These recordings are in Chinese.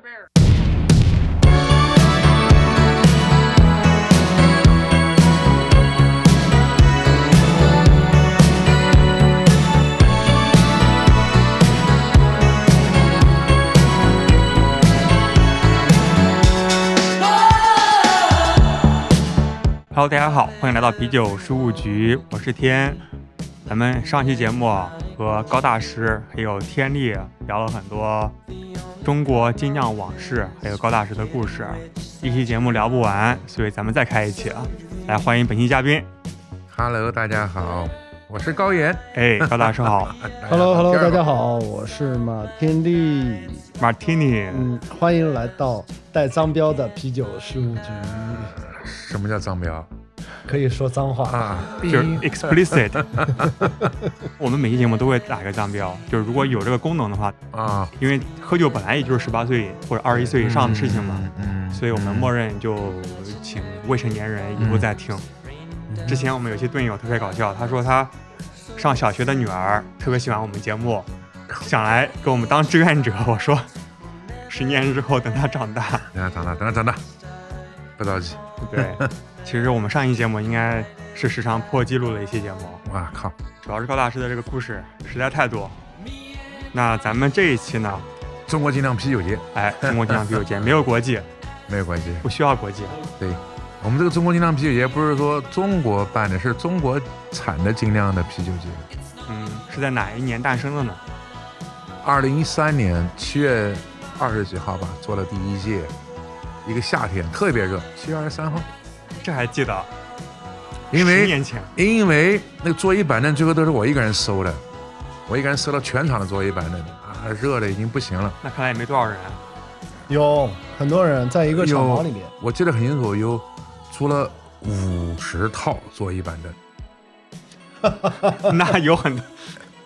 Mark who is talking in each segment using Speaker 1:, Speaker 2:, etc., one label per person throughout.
Speaker 1: bear.
Speaker 2: Hello，大家好，欢迎来到啤酒事务局，我是天。咱们上期节目啊和高大师还有天力聊了很多中国精酿往事，还有高大师的故事，一期节目聊不完，所以咱们再开一期啊。来，欢迎本期嘉宾，
Speaker 3: Hello，大家好，我是高岩。啊
Speaker 2: 哎，高大师好
Speaker 4: Hello，Hello，大家
Speaker 3: 好。
Speaker 4: 好，我是马天利，
Speaker 2: ，Martini，
Speaker 4: 嗯，欢迎来到带脏标的啤酒事务局，
Speaker 3: 什么叫脏标
Speaker 4: 可以说脏话，哎
Speaker 3: 啊？
Speaker 2: 就是哎 explicit。我们每期节目都会打一个商标，就是如果有这个功能的话，
Speaker 3: 啊，
Speaker 2: 因为喝酒本来也就是十八岁或者二十一岁以上的事情嘛。
Speaker 3: 嗯，嗯
Speaker 2: 所以我们默认就请未成年人以后再听。之前我们有些队友特别搞笑，他说他上小学的女儿特别喜欢我们节目，想来给我们当志愿者。我说，十年之后等他长大。
Speaker 3: 等他长大，等他长大，不着急。
Speaker 2: 对，其实我们上一期节目应该是时长破纪录的一期节目，
Speaker 3: 哇靠，
Speaker 2: 主要是高大师的这个故事实在太多。那咱们这一期呢，
Speaker 3: 中国精酿啤酒节
Speaker 2: 哎，中国精酿啤酒节没有国际，
Speaker 3: 没有关系。
Speaker 2: 不需要国际。
Speaker 3: 我们这个中国精酿啤酒节不是说中国办的，是中国产的精酿的啤酒节。
Speaker 2: 嗯，是在哪一年诞生的呢？
Speaker 3: 二零一三年七月二十几号吧，做了第一届，一个夏天特别热，七月二十三号，
Speaker 2: 这还记得？啊
Speaker 3: 因
Speaker 2: 十
Speaker 3: 为
Speaker 2: 年前，
Speaker 3: 因为那个座椅板凳最后都是我一个人收的，我一个人收了全场的座椅板凳啊，热的已经不行了。
Speaker 2: 那看来也没多 少人。
Speaker 4: 有很多人在一个厂房里面，
Speaker 3: 我记得很清楚，有租了五十套座椅板凳，
Speaker 2: 那有很多，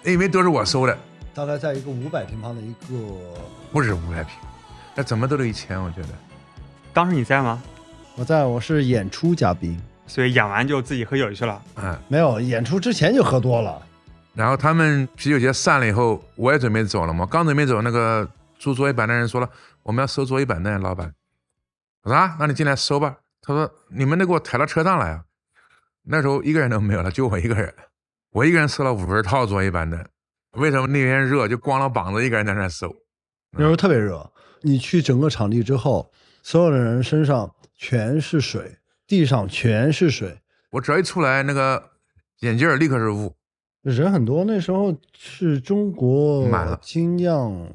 Speaker 3: 因为都是我收的，
Speaker 4: 大概在一个五百平方的一个，
Speaker 3: 不止五百平，那怎么都得一千，我觉得。
Speaker 2: 当时你在吗？
Speaker 4: 我在我是演出嘉宾，
Speaker 2: 所以演完就自己喝酒去了。
Speaker 3: 嗯，
Speaker 4: 没有演出之前就喝多了，
Speaker 2: 嗯
Speaker 3: 然后他们啤酒节散了以后，我也准备走了嘛，刚准备走，那个租桌椅板凳的人说了，我们要收桌椅板凳，老板。我说啊，那你进来收吧。他说你们得给我抬到车上来啊。那时候一个人都没有了，就我一个人，我一个人收了五十套桌椅板凳。为什么那天热，就光了膀子一个人在那儿收？
Speaker 4: 那时候特别热，你去整个场地之后，所有的人身上全是水，地上全是水，
Speaker 3: 我只要一出来，那个眼镜儿立刻是雾。
Speaker 4: 人很多，那时候是中国
Speaker 3: 满了
Speaker 4: 精酿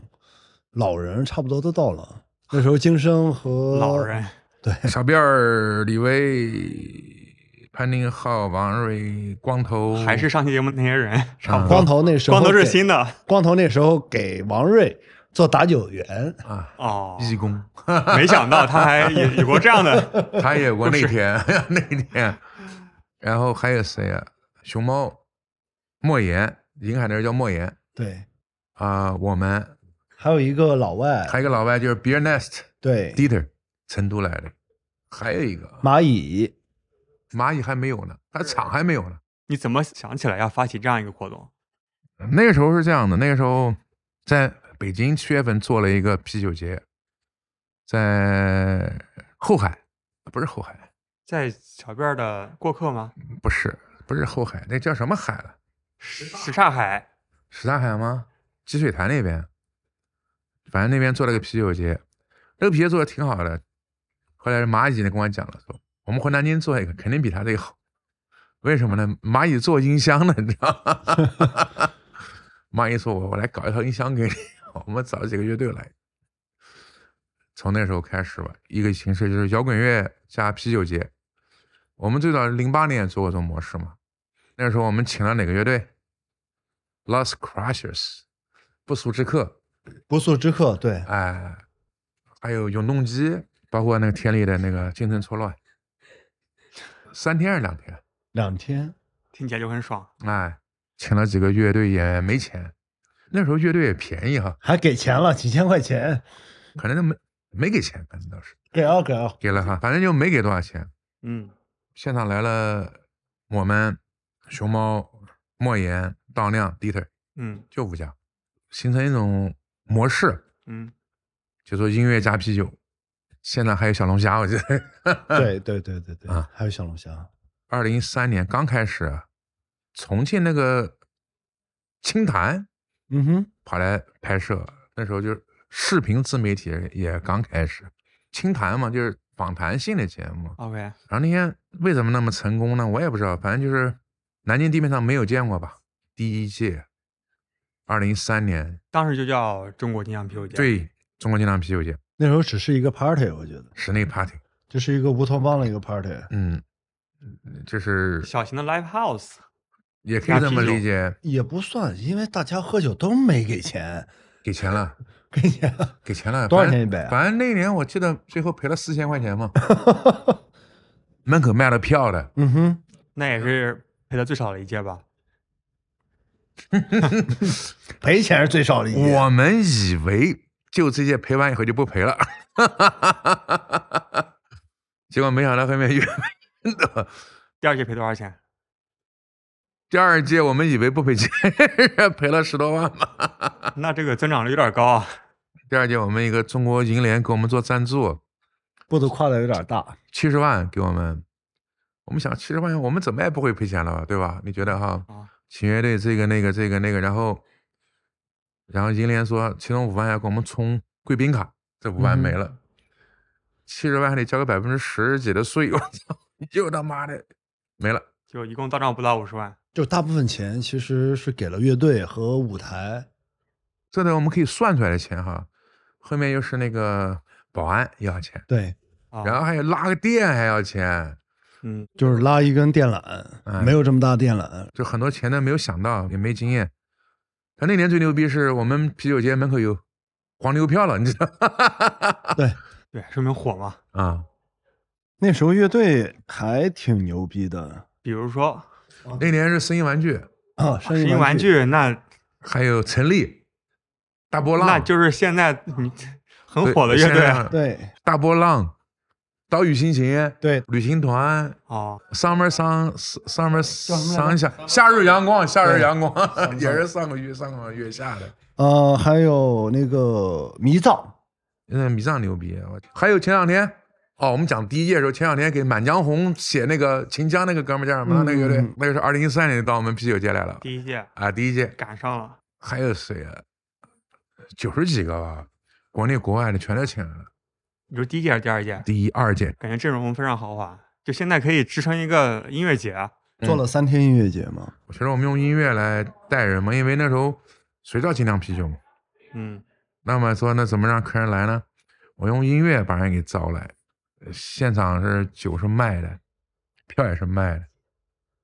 Speaker 4: 老人差不多都到了。那时候金生和
Speaker 2: 老人，
Speaker 3: 小辫儿、李威、潘定浩、王瑞、光头，
Speaker 2: 还是上期节目那些人，嗯差不多。
Speaker 4: 光头那时候
Speaker 2: 啊光头是
Speaker 4: 给
Speaker 2: 新的
Speaker 4: 光头那时候给王瑞做打酒员，
Speaker 3: 啊，
Speaker 2: 哦，
Speaker 3: 义工，
Speaker 2: 没想到他还有有过这样的。
Speaker 3: 他也我那天 那天，然后还有谁啊？熊猫、莫言，银海那人叫莫言
Speaker 4: 对，
Speaker 3: 啊、我们
Speaker 4: 还有一个老外，
Speaker 3: 还有一个老外就是 Beer Nest
Speaker 4: 对
Speaker 3: Dieter，成都来的，还有一个
Speaker 4: 蚂蚁，
Speaker 3: 蚂蚁还没有呢，他厂还没有呢。
Speaker 2: 你怎么想起来要发起这样一个活动？
Speaker 3: 那个时候是这样的，那个时候在北京七月份做了一个啤酒节，在后海，不是后海，
Speaker 2: 在小辫儿的过客吗？
Speaker 3: 不是不是后海，那叫什么海了？
Speaker 2: 什什刹海
Speaker 3: 什刹海吗？积水潭那边，反正那边做了个啤酒节，那个啤酒做的挺好的。后来蚂蚁呢跟我讲了，说我们回南京做一个，肯定比他这个好。为什么呢？蚂蚁做音箱的，你知道吗？ 蚂蚁说我我来搞一套音箱给你，我们找几个乐队来。从那时候开始吧，一个形式就是摇滚乐加啤酒节。我们最早零八年也做过这种模式嘛。那时候我们请了哪个乐队？Los Crushers，不速之客，
Speaker 4: 不速之客，对，
Speaker 3: 哎，还有永动机，包括那个天力的那个精神错乱，三天还是两天？
Speaker 4: 两天，
Speaker 2: 听起来就很爽，
Speaker 3: 哎，请了几个乐队也没钱，那时候乐队也便宜哈，
Speaker 4: 还给钱了几千块钱，
Speaker 3: 可能都没没给钱，反正倒是
Speaker 4: 给啊 给啊，
Speaker 3: 给了哈，反正就没给多少钱。
Speaker 2: 嗯，
Speaker 3: 现场来了我们熊猫、莫言、当亮、Dieter，
Speaker 2: 嗯
Speaker 3: 就五家，形成一种模式。
Speaker 2: 嗯，
Speaker 3: 就说音乐加啤酒，现在还有小龙虾，我记得。
Speaker 2: 嗯
Speaker 4: 对对对对对
Speaker 3: 啊，
Speaker 4: 还有小龙虾，
Speaker 3: 二零一三年刚开始啊，重庆那个清谈
Speaker 4: 嗯哼，
Speaker 3: 跑来拍摄，那时候就是视频自媒体也刚开始，清谈嘛，就是访谈性的节目。
Speaker 2: OK，
Speaker 3: 然后那天为什么那么成功呢？我也不知道，反正就是南京地面上没有见过吧。第一届，二零一三年，
Speaker 2: 当时就叫中国金像啤酒节。，
Speaker 3: 对中国金兰啤酒节
Speaker 4: 那时候只是一个 party，我觉得
Speaker 3: 室内 party，
Speaker 4: 这是一个无头帮的一个 party，
Speaker 3: 嗯，就是
Speaker 2: 小型的 live house。
Speaker 3: 也可以这么理解，
Speaker 4: 也不算，因为大家喝酒都没给钱，
Speaker 3: 给钱了，
Speaker 4: 给钱
Speaker 3: 给钱了，
Speaker 4: 多少
Speaker 3: 反正
Speaker 4: 钱一杯啊
Speaker 3: 反正那一年我记得最后赔了四千块钱嘛，门口卖了票的，
Speaker 4: 嗯哼，
Speaker 2: 那也是赔的最少的一届吧？
Speaker 4: 赔钱是最少的一件
Speaker 3: 我们以为就这届赔完以后就不赔了， 结果没想到后面越
Speaker 2: 第二届赔多少 钱？
Speaker 3: 第二届我们以为不赔钱， 赔了十多万吧。
Speaker 2: 那这个增长率有点高啊。
Speaker 3: 第二届我们一个中国银联给我们做赞助，
Speaker 4: 步子跨的有点大，
Speaker 3: 七十万给我们。我们想七十万，我们怎么也不会赔钱了吧，对吧？你觉得哈？
Speaker 2: 啊，
Speaker 3: 请乐队这个那个这个那个，然后，然后银联说其中五万要给我们充贵宾卡，这五万没
Speaker 2: 嗯
Speaker 3: 了，七十、万还得交个百分之十几的税，我 操，又他妈的没了。
Speaker 2: 就一共到账不到五十万。
Speaker 4: 就大部分钱其实是给了乐队和舞台，
Speaker 3: 这个我们可以算出来的钱哈，后面又是那个保安也要钱，
Speaker 4: 对，
Speaker 2: 啊，
Speaker 3: 然后还有拉个电还要钱，
Speaker 2: 嗯，
Speaker 4: 就是拉一根电缆，
Speaker 3: 嗯
Speaker 4: 没有这么大电缆，
Speaker 3: 就很多钱呢没有想到，也没经验。他那年最牛逼是我们啤酒节门口有黄牛票了，你知道
Speaker 2: 对，说明火嘛。
Speaker 3: 啊？
Speaker 4: 那时候乐队还挺牛逼的
Speaker 2: 比如说
Speaker 3: 那年是声音玩具，
Speaker 4: 啊，
Speaker 2: 声
Speaker 4: 声
Speaker 2: 音
Speaker 4: 音
Speaker 2: 玩
Speaker 4: 具，
Speaker 2: 具，那
Speaker 3: 还有陈立、大波浪，
Speaker 2: 那就是现在 你很火的
Speaker 3: 对
Speaker 2: 乐队
Speaker 3: 现
Speaker 2: 啊。
Speaker 3: 在
Speaker 4: 对
Speaker 3: 大波浪、岛屿新情、
Speaker 4: 对，
Speaker 3: 旅行团、
Speaker 2: 哦，
Speaker 3: Summer Sun Summer
Speaker 4: 什么来
Speaker 3: Sun 夏夏日阳光，夏日
Speaker 4: 对
Speaker 3: 阳光 也是上个月上个月下的。
Speaker 4: 呃，还有那个迷藏，
Speaker 3: 嗯，米藏牛逼！我还有前两天哦，我们讲第一届的时候，前两天给《满江红》写那个秦江那个哥们儿叫什么？
Speaker 4: 嗯
Speaker 3: 那个乐队
Speaker 4: 嗯，
Speaker 3: 那个是二零一三年到我们啤酒节来了
Speaker 2: 第一届
Speaker 3: 啊，第一届
Speaker 2: 赶上了，
Speaker 3: 还有谁啊？九十几个吧，国内国外的全都请来了。
Speaker 2: 你说第一届还是第二届？
Speaker 3: 第一、二届
Speaker 2: 感觉阵容非常豪华，就现在可以支撑一个音乐节。
Speaker 3: 嗯
Speaker 4: 做了三天音乐节嘛，
Speaker 3: 我觉得我们用音乐来带人嘛，因为那时候谁知道精酿啤酒嘛？
Speaker 2: 嗯，
Speaker 3: 那么说那怎么让客人来呢？我用音乐把人给招来，呃现场是酒是卖的，票也是卖的，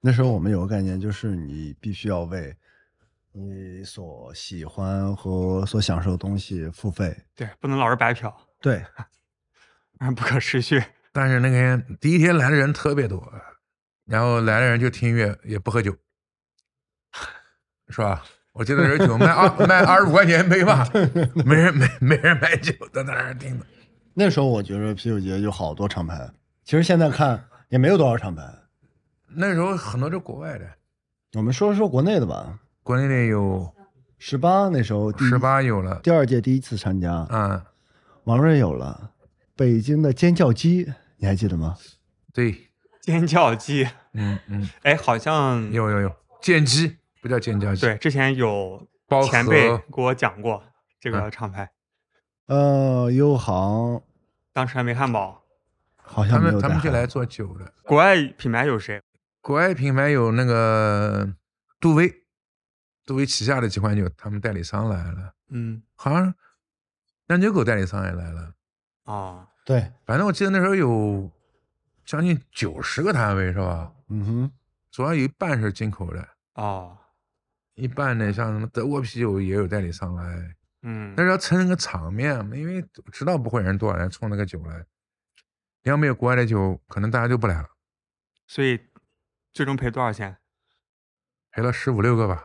Speaker 4: 那时候我们有个概念，就是你必须要为你所喜欢和所享受的东西付费，
Speaker 2: 对，不能老是白嫖，
Speaker 4: 对，
Speaker 2: 不然不可持续。
Speaker 3: 但是那天第一天来的人特别多，然后来的人就听音乐，也不喝酒，是吧？我记得那时候酒卖二卖二十五块钱一杯吧，没人没没人买酒，在那儿听的。
Speaker 4: 那时候我觉得啤酒节有好多厂牌，其实现在看也没有多少厂牌。
Speaker 3: 那时候很多是国外的，
Speaker 4: 我们说说国内的吧，
Speaker 3: 国内的有
Speaker 4: 十八那时候第一
Speaker 3: 十八有了，
Speaker 4: 第二届第一次参加，
Speaker 3: 啊、
Speaker 4: 王瑞有了，北京的尖叫鸡你还记得吗？
Speaker 3: 对，
Speaker 2: 尖叫鸡，
Speaker 3: 嗯嗯，
Speaker 2: 哎，好像
Speaker 3: 有有有，剑姬不叫剑交鸡，
Speaker 2: 对，之前有
Speaker 3: 包嗯
Speaker 2: 前辈
Speaker 3: 和
Speaker 2: 给我讲过这个厂牌，
Speaker 4: 呃，优航
Speaker 2: 当时还没汉堡。
Speaker 4: 好
Speaker 3: 他
Speaker 4: 像没
Speaker 3: 们
Speaker 4: 有
Speaker 3: 他
Speaker 4: 在
Speaker 3: 们就
Speaker 4: 喊
Speaker 3: 来做酒的，
Speaker 2: 国外品牌有谁？
Speaker 3: 国外品牌有那个杜威，杜威旗下的几款酒，他们代理商来了，
Speaker 2: 嗯
Speaker 3: 好像酿酒狗代理商也来了，
Speaker 2: 啊，
Speaker 4: 对，
Speaker 3: 反正我记得那时候有将近九十个摊位是吧？
Speaker 4: 嗯哼，
Speaker 3: 主要有一半是进口的，
Speaker 2: 哦，
Speaker 3: 一半呢像什么德国啤酒也有代理商来，
Speaker 2: 嗯
Speaker 3: 那，是要撑个场面，因为知道不会有人多少人冲那个酒来，你要没有国外的酒，可能大家就不来了，
Speaker 2: 所以最终赔多少钱
Speaker 3: 赔了十五六个吧。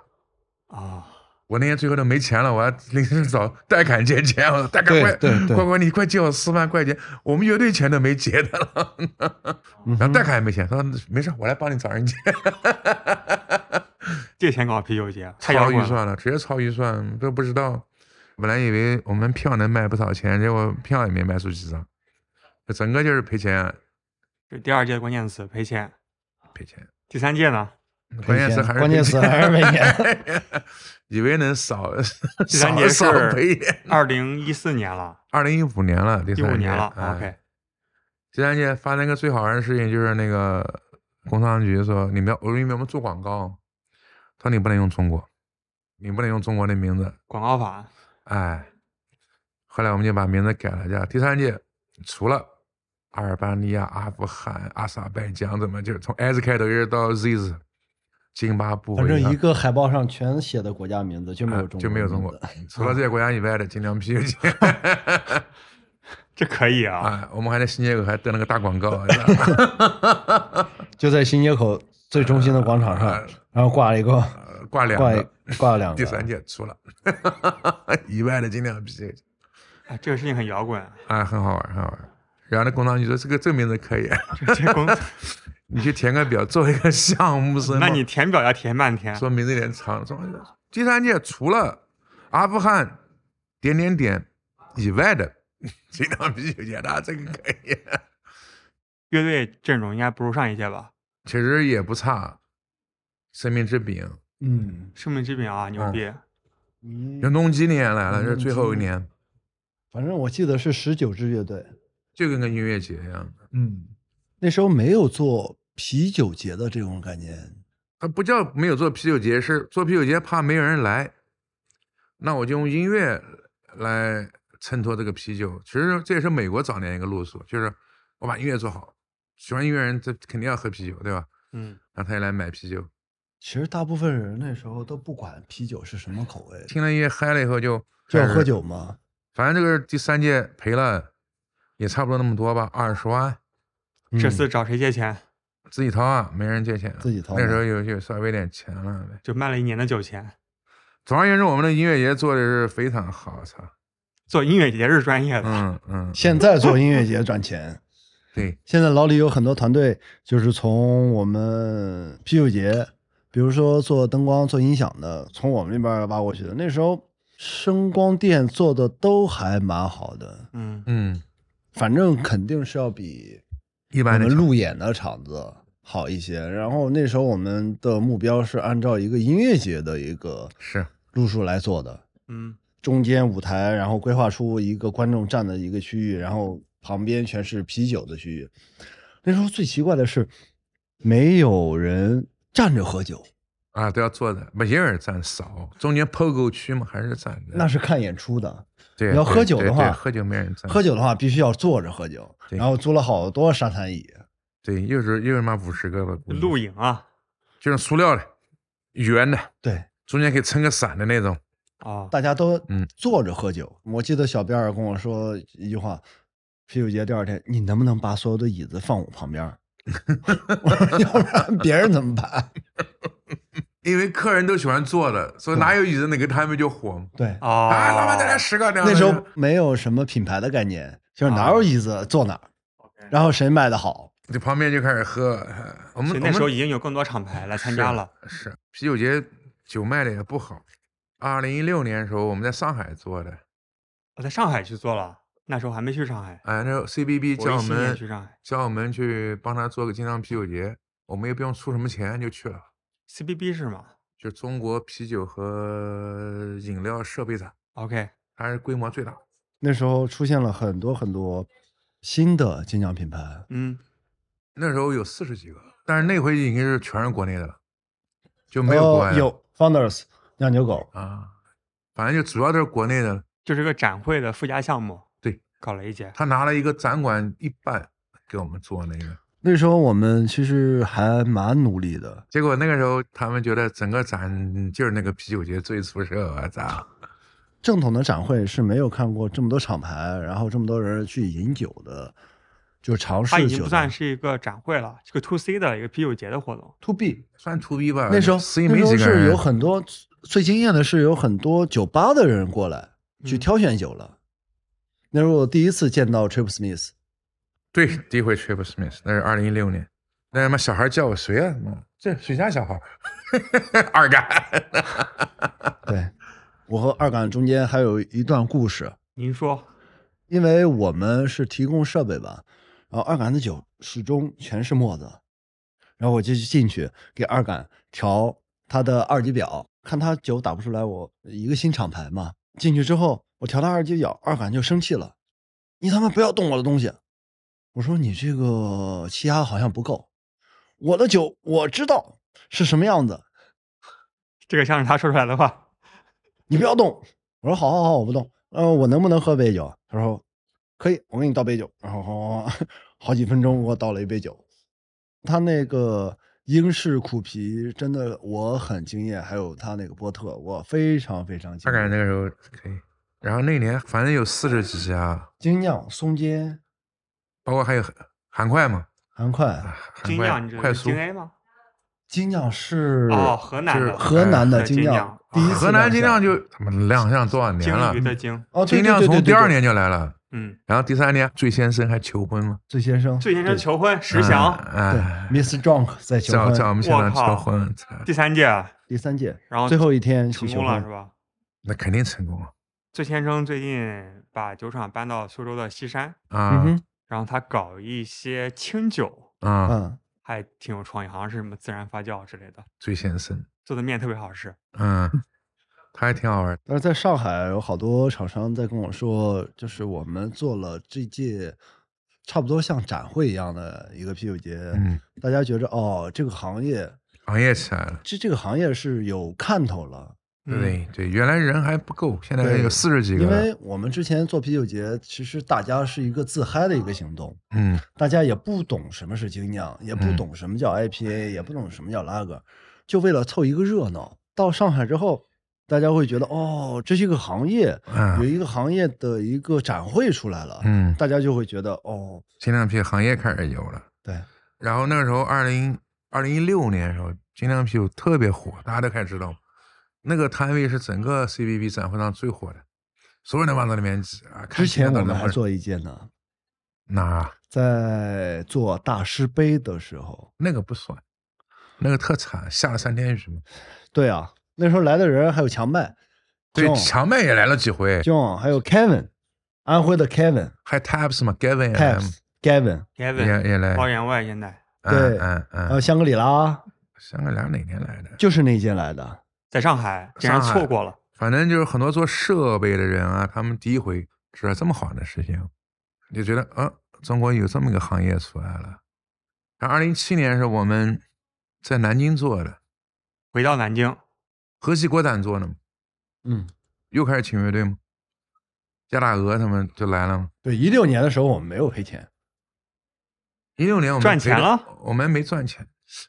Speaker 2: 啊？
Speaker 3: 我那天最后都没钱了，我还临时找贷款借钱，我说贷款
Speaker 4: 对
Speaker 3: 快
Speaker 4: 对对
Speaker 3: 快快，你快借我四万块钱，我们乐队钱都没结的了，
Speaker 4: 嗯
Speaker 3: 然后
Speaker 4: 哼
Speaker 3: 贷款也没钱，他说没事，我来帮你找人借，
Speaker 2: 借钱搞啤酒节，太摇
Speaker 3: 超
Speaker 2: 滚
Speaker 3: 预
Speaker 2: 了。
Speaker 3: 算了，直接超预算，都不知道，本来以为我们票能卖不少钱，结果票也没卖出几张，整个就是赔钱啊，
Speaker 2: 这第二届的关键词赔钱，
Speaker 3: 赔钱。
Speaker 2: 第三届呢？
Speaker 3: 关键词还是
Speaker 4: 关键词还是赔钱，
Speaker 3: 以为能少
Speaker 2: 第三节
Speaker 3: 少少
Speaker 2: 是
Speaker 3: 赔一点。
Speaker 2: 二零一四年了，
Speaker 3: 二零一五年了，嗯第
Speaker 2: 一
Speaker 3: 三
Speaker 2: 五
Speaker 3: 届
Speaker 2: 年了。
Speaker 3: 哎
Speaker 2: OK，
Speaker 3: 第三届发生一个最好玩的事情，就是那个工商局说，你们要，我说你们要不要做广告，他说你不能用中国，你不能用中国的名字，
Speaker 2: 广告法
Speaker 3: 哎，后来我们就把名字改了叫第三届，除了阿尔巴尼亚、阿富汗、阿塞拜疆，怎么就是从 S 开头一直到 Z，字津巴布
Speaker 4: 反
Speaker 3: 韦
Speaker 4: 正
Speaker 3: 啊，
Speaker 4: 一个海报上全写的国家名字，就没有
Speaker 3: 啊
Speaker 4: 中国、
Speaker 3: 就没有中国，除了这些国家以外的尽量 批评。
Speaker 2: 这可以啊，
Speaker 3: 啊，我们还在新街口还登了个大广 告，
Speaker 4: 就在新街口最中心的广场上，然后挂了一个
Speaker 3: 挂呃两
Speaker 4: 挂一
Speaker 3: 个，
Speaker 4: 挂了两个。
Speaker 3: 第三届出 了，以外的尽量批评。
Speaker 2: 哎这个事情很 摇滚。
Speaker 3: 啊，很好玩，很好玩。然后那工商局说这个这名字可以，
Speaker 2: 这这公，
Speaker 3: 你去填个表，做一个项目申
Speaker 2: 那
Speaker 3: 报
Speaker 2: 你填表要填半天，
Speaker 3: 说名字有点长，说第三届除了阿富汗点点点以外的，尽量比较简单，这个可以。
Speaker 2: 乐队阵容应该不如上一届吧？
Speaker 3: 其实也不差，生命之饼。
Speaker 4: 嗯，
Speaker 2: 生命之饼啊，牛逼！
Speaker 4: 嗯
Speaker 3: 人东今年来了，
Speaker 4: 嗯
Speaker 3: 这是最后一年，
Speaker 4: 反正我记得是十九支乐队。
Speaker 3: 就跟个音乐节一样，
Speaker 4: 嗯，那时候没有做啤酒节的这种概念。
Speaker 3: 它不叫没有做啤酒节，是做啤酒节怕没有人来，那我就用音乐来衬托这个啤酒。其实这也是美国早年一个路数，就是我把音乐做好，喜欢音乐人这肯定要喝啤酒，对吧？
Speaker 2: 嗯，
Speaker 3: 然后他也来买啤酒，
Speaker 4: 其实大部分人那时候都不管啤酒是什么口味，
Speaker 3: 听了音乐嗨了以后就
Speaker 4: 就要
Speaker 3: 开始
Speaker 4: 喝。酒嘛。
Speaker 3: 反正这个第三届赔了也差不多那么多吧，二十万
Speaker 2: 这
Speaker 4: 嗯
Speaker 2: 次找谁借钱？
Speaker 3: 自己掏啊，没人借钱啊、
Speaker 4: 自己掏
Speaker 3: 那时
Speaker 4: 嘛
Speaker 3: 候有有稍微有点钱了呗。
Speaker 2: 就卖了一年的酒钱，
Speaker 3: 总而言之，我们的音乐节做的是非常好，操，
Speaker 2: 做音乐节是专业的，
Speaker 3: 嗯嗯，
Speaker 4: 哎现在做音乐节赚钱。
Speaker 3: 对，
Speaker 4: 现在老李有很多团队，就是从我们啤酒节，比如说做灯光、做音响的，从我们那边挖过去的。那时候声光电做的都还蛮好的，
Speaker 2: 嗯，
Speaker 3: 嗯，
Speaker 4: 反正肯定是要比
Speaker 3: 一
Speaker 4: 我
Speaker 3: 般的
Speaker 4: 们
Speaker 3: 场
Speaker 4: 路演的场子好一些。然后那时候我们的目标是按照一个音乐节的一个
Speaker 3: 是
Speaker 4: 路数来做的，
Speaker 2: 嗯，
Speaker 4: 中间舞台，然后规划出一个观众站的一个区域，然后旁边全是啤酒的区域。那时候最奇怪的是，没有人站着喝酒，
Speaker 3: 啊，都要坐的，不也有人站少，中间 POGO 区嘛，还是站的。
Speaker 4: 那是看演出的。
Speaker 3: 对，
Speaker 4: 你要
Speaker 3: 对
Speaker 4: 喝酒
Speaker 3: 对
Speaker 4: 的
Speaker 3: 对
Speaker 4: 话
Speaker 3: 喝酒没人站。
Speaker 4: 喝酒的话，必须要坐着喝酒，
Speaker 3: 对
Speaker 4: 然后租了好多沙滩椅。
Speaker 3: 对，又是又是妈五十个吧，估计
Speaker 2: 露营啊，
Speaker 3: 就是塑料的，圆的，
Speaker 4: 对，
Speaker 3: 中间可以撑个伞的那种。
Speaker 2: 啊，
Speaker 4: 大家都
Speaker 3: 嗯
Speaker 4: 坐着喝酒。我记得小辫儿跟我说一句话：“啤酒节第二天，你能不能把所有的椅子放我旁边儿？ 我说要不然别人怎么办
Speaker 3: 因为客人都喜欢坐的，所以哪有椅子哪个摊位就火嘛？”。
Speaker 4: 对，
Speaker 2: 哦，
Speaker 3: 啊，老板再来十个。这样
Speaker 4: 那
Speaker 3: 的啊
Speaker 4: 时候没有什么品牌的概念，就是哪有椅子坐哪儿，然后谁卖的好。
Speaker 3: 就旁边就开始喝。哎我
Speaker 2: 其实
Speaker 3: 们我
Speaker 2: 那
Speaker 3: 们
Speaker 2: 时候已经有更多厂牌来参加了，
Speaker 3: 是啤酒节酒卖的也不好。二零一六年的时候，我们在上海做的，
Speaker 2: 我在上海去做了，那时候还没去上海，
Speaker 3: 哎，那时候 CBB
Speaker 2: 我
Speaker 3: 叫
Speaker 2: 一
Speaker 3: 我
Speaker 2: 七年
Speaker 3: 们
Speaker 2: 去上海
Speaker 3: 叫我们去帮他做个精酿啤酒节，我们也不用出什么钱就去了，
Speaker 2: ，CBB 是吗
Speaker 3: 就中国啤酒和饮料设备展，
Speaker 2: ？OK，
Speaker 3: 它是规模最大。
Speaker 4: 那时候出现了很多很多新的精酿品牌，
Speaker 2: 嗯，
Speaker 3: 那时候有四十几个，但是那回已经是全是国内的了，就没有国外
Speaker 4: 呃
Speaker 3: 的、
Speaker 4: 有 Founders 酿酒狗，
Speaker 3: 啊，反正就主要都是国内的。
Speaker 2: 就是个展会的附加项目，
Speaker 3: 对，
Speaker 2: 搞了一届，
Speaker 3: 他拿了一个展馆一半给我们做那个，
Speaker 4: 那时候我们其实还蛮努力的，
Speaker 3: 结果那个时候他们觉得整个展就是那个啤酒节最啊出色，我操！
Speaker 4: 正统的展会是没有看过这么多厂牌，然后这么多人去饮酒的，就尝试
Speaker 2: 它已经
Speaker 4: 酒
Speaker 2: 不
Speaker 4: 的
Speaker 2: 算是一个展会了，是个 to C 的一个啤酒节的活动。
Speaker 4: to B。
Speaker 3: 算 to B 吧，
Speaker 4: 那时候
Speaker 3: 呃 C
Speaker 4: 那
Speaker 3: 没
Speaker 4: 时
Speaker 3: 几
Speaker 4: 候
Speaker 3: 个
Speaker 4: 是
Speaker 3: 人，
Speaker 4: 有很多最惊艳的是有很多酒吧的人过来去
Speaker 2: 嗯
Speaker 4: 挑选酒了。那是我第一次见到 Trip Smith，
Speaker 3: 对，第一回 Trip Smith，那是二零一六年。那他妈小孩叫我谁 啊？妈，这谁家小孩？二嘎。
Speaker 4: 对，我和二杆中间还有一段故事，
Speaker 2: 您说，
Speaker 4: 因为我们是提供设备吧，然后二杆的酒始终全是沫子，然后我就进去给二杆调他的二级表，看他酒打不出来我一个新厂牌嘛。进去之后，我调他二级表，二杆就生气了，你他妈不要动我的东西！我说你这个气压好像不够，我的酒我知道是什么样子，
Speaker 2: 这个像是他说出来的话，
Speaker 4: 你不要动。我说好好好，我不动。嗯、我能不能喝杯酒？他说可以，我给你倒杯酒。然后好好好 好几分钟，我倒了一杯酒。他那个英式苦啤真的我很惊艳，还有他那个波特，我非常非常惊
Speaker 3: 大概那
Speaker 4: 艳。
Speaker 3: 个时候可以。然后那年反正有四十几家，
Speaker 4: 精酿、松间、
Speaker 3: 包括还有韩韩快嘛，
Speaker 4: 韩
Speaker 3: 啊
Speaker 4: 快，
Speaker 3: 韩
Speaker 2: 精酿，你
Speaker 3: 快
Speaker 2: 这
Speaker 3: 快
Speaker 2: 是
Speaker 3: 速啊
Speaker 2: 精，A 吗？
Speaker 4: 精酿是
Speaker 2: 哦，河南
Speaker 3: 就是
Speaker 2: 的
Speaker 4: 河南的
Speaker 2: 哎
Speaker 4: 精
Speaker 2: 精
Speaker 4: 酿
Speaker 2: 酿，
Speaker 4: 第一次
Speaker 3: 啊河南精酿
Speaker 4: 亮
Speaker 3: 就他妈亮相多少年
Speaker 2: 鲸
Speaker 3: 了
Speaker 2: 鱼？的鲸，
Speaker 4: 相哦，对
Speaker 3: 精
Speaker 4: 对
Speaker 3: 酿
Speaker 4: 对对
Speaker 3: 从
Speaker 4: 对
Speaker 3: 第二
Speaker 4: 对
Speaker 3: 年就来了，
Speaker 2: 嗯，
Speaker 3: 然后第三年醉先生还求婚了，
Speaker 4: 醉先生，
Speaker 2: 醉先生
Speaker 4: 对
Speaker 2: 求婚，
Speaker 3: 嗯
Speaker 2: 石祥，
Speaker 4: 对
Speaker 3: 哎，
Speaker 4: ，Mr. Drunk 在求
Speaker 3: 在在
Speaker 4: 婚
Speaker 3: 我们现场
Speaker 2: 我靠
Speaker 3: 求婚，操
Speaker 2: 第三届啊
Speaker 4: 第三届，
Speaker 2: 然后
Speaker 4: 最后一天去
Speaker 2: 成
Speaker 4: 求
Speaker 2: 功了是
Speaker 4: 婚，
Speaker 2: 吧？
Speaker 3: 那肯定成功啊
Speaker 2: 醉先生最近把酒厂搬到苏州的西山，
Speaker 4: 嗯
Speaker 3: 啊
Speaker 4: 哼，
Speaker 2: 然后他搞一些清酒，
Speaker 3: 啊！
Speaker 4: 嗯，
Speaker 2: 还挺有创意，好像是什么自然发酵之类的，
Speaker 3: 醉先生，
Speaker 2: 做的面特别好吃。
Speaker 3: 嗯，他还挺好玩儿，
Speaker 4: 但是在上海有好多厂商在跟我说，就是我们做了这届差不多像展会一样的一个啤酒节，
Speaker 3: 嗯，
Speaker 4: 大家觉着哦，这个行业
Speaker 3: 行业起来了。
Speaker 4: 这这个行业是有看头了。
Speaker 2: 嗯，
Speaker 3: 对对，原来人还不够，现在还有
Speaker 4: 对
Speaker 3: 四十几个
Speaker 4: 因
Speaker 3: 了。
Speaker 4: 为我们之前做啤酒节，其实大家是一个自嗨的一个行动，
Speaker 3: 嗯，
Speaker 4: 大家也不懂什么是精酿，也不
Speaker 3: 嗯
Speaker 4: 懂什么叫 IPA，、也不懂什么叫拉格，就为了凑一个热闹。到上海之后，大家会觉得哦，这是一个行业，
Speaker 3: 啊
Speaker 4: 有，一个行业的一个展会出来了，
Speaker 3: 嗯，
Speaker 4: 大家就会觉得哦，
Speaker 3: 精酿啤酒行业开始有了。
Speaker 4: 对，
Speaker 3: 然后那时候二零二零一六年的时候，精酿啤酒特别火，大家都开始知道。那个摊位是整个 CBB 展会上最火的，所有人都往那里面挤啊。看
Speaker 4: 之前
Speaker 3: 谁拿
Speaker 4: 我
Speaker 3: 到
Speaker 4: 们
Speaker 3: 那
Speaker 4: 还
Speaker 3: 份
Speaker 4: 做一届呢，
Speaker 3: 哪
Speaker 4: 在做大师杯的时候，
Speaker 3: 那个不算，那个特惨，下了三天雨嘛。
Speaker 4: 对啊，那时候来的人还有强麦，
Speaker 3: 对，
Speaker 4: John
Speaker 3: 强麦也来了几回，
Speaker 4: John，还有 Kevin，安徽的 Kevin、
Speaker 3: 还 Taps 嘛，Gavin
Speaker 4: t a p s Gavin，
Speaker 3: 也
Speaker 2: Kevin
Speaker 3: 也哎来。
Speaker 2: 包员外现在
Speaker 4: 对哦
Speaker 3: 嗯嗯
Speaker 4: 还有
Speaker 3: 嗯，
Speaker 4: 香格里拉，
Speaker 3: 香格里拉哪年来的？
Speaker 4: 就是那届来的。
Speaker 2: 在上海竟然
Speaker 3: 上海
Speaker 2: 错过了，
Speaker 3: 反正就是很多做设备的人啊，他们第一回知道这么好玩的事情，就觉得啊，中国有这么一个行业出来了。然后二零一七年是我们在南京做的，
Speaker 2: 回到南京，
Speaker 3: 河西国展做的嘛，
Speaker 4: 嗯，
Speaker 3: 又开始请乐队嘛，加大鹅他们就来了嘛。
Speaker 4: 对，一六年的时候我们没有赔钱，
Speaker 3: 一六年我们
Speaker 2: 赚钱
Speaker 3: 赔
Speaker 2: 了，
Speaker 3: 我们没赚钱，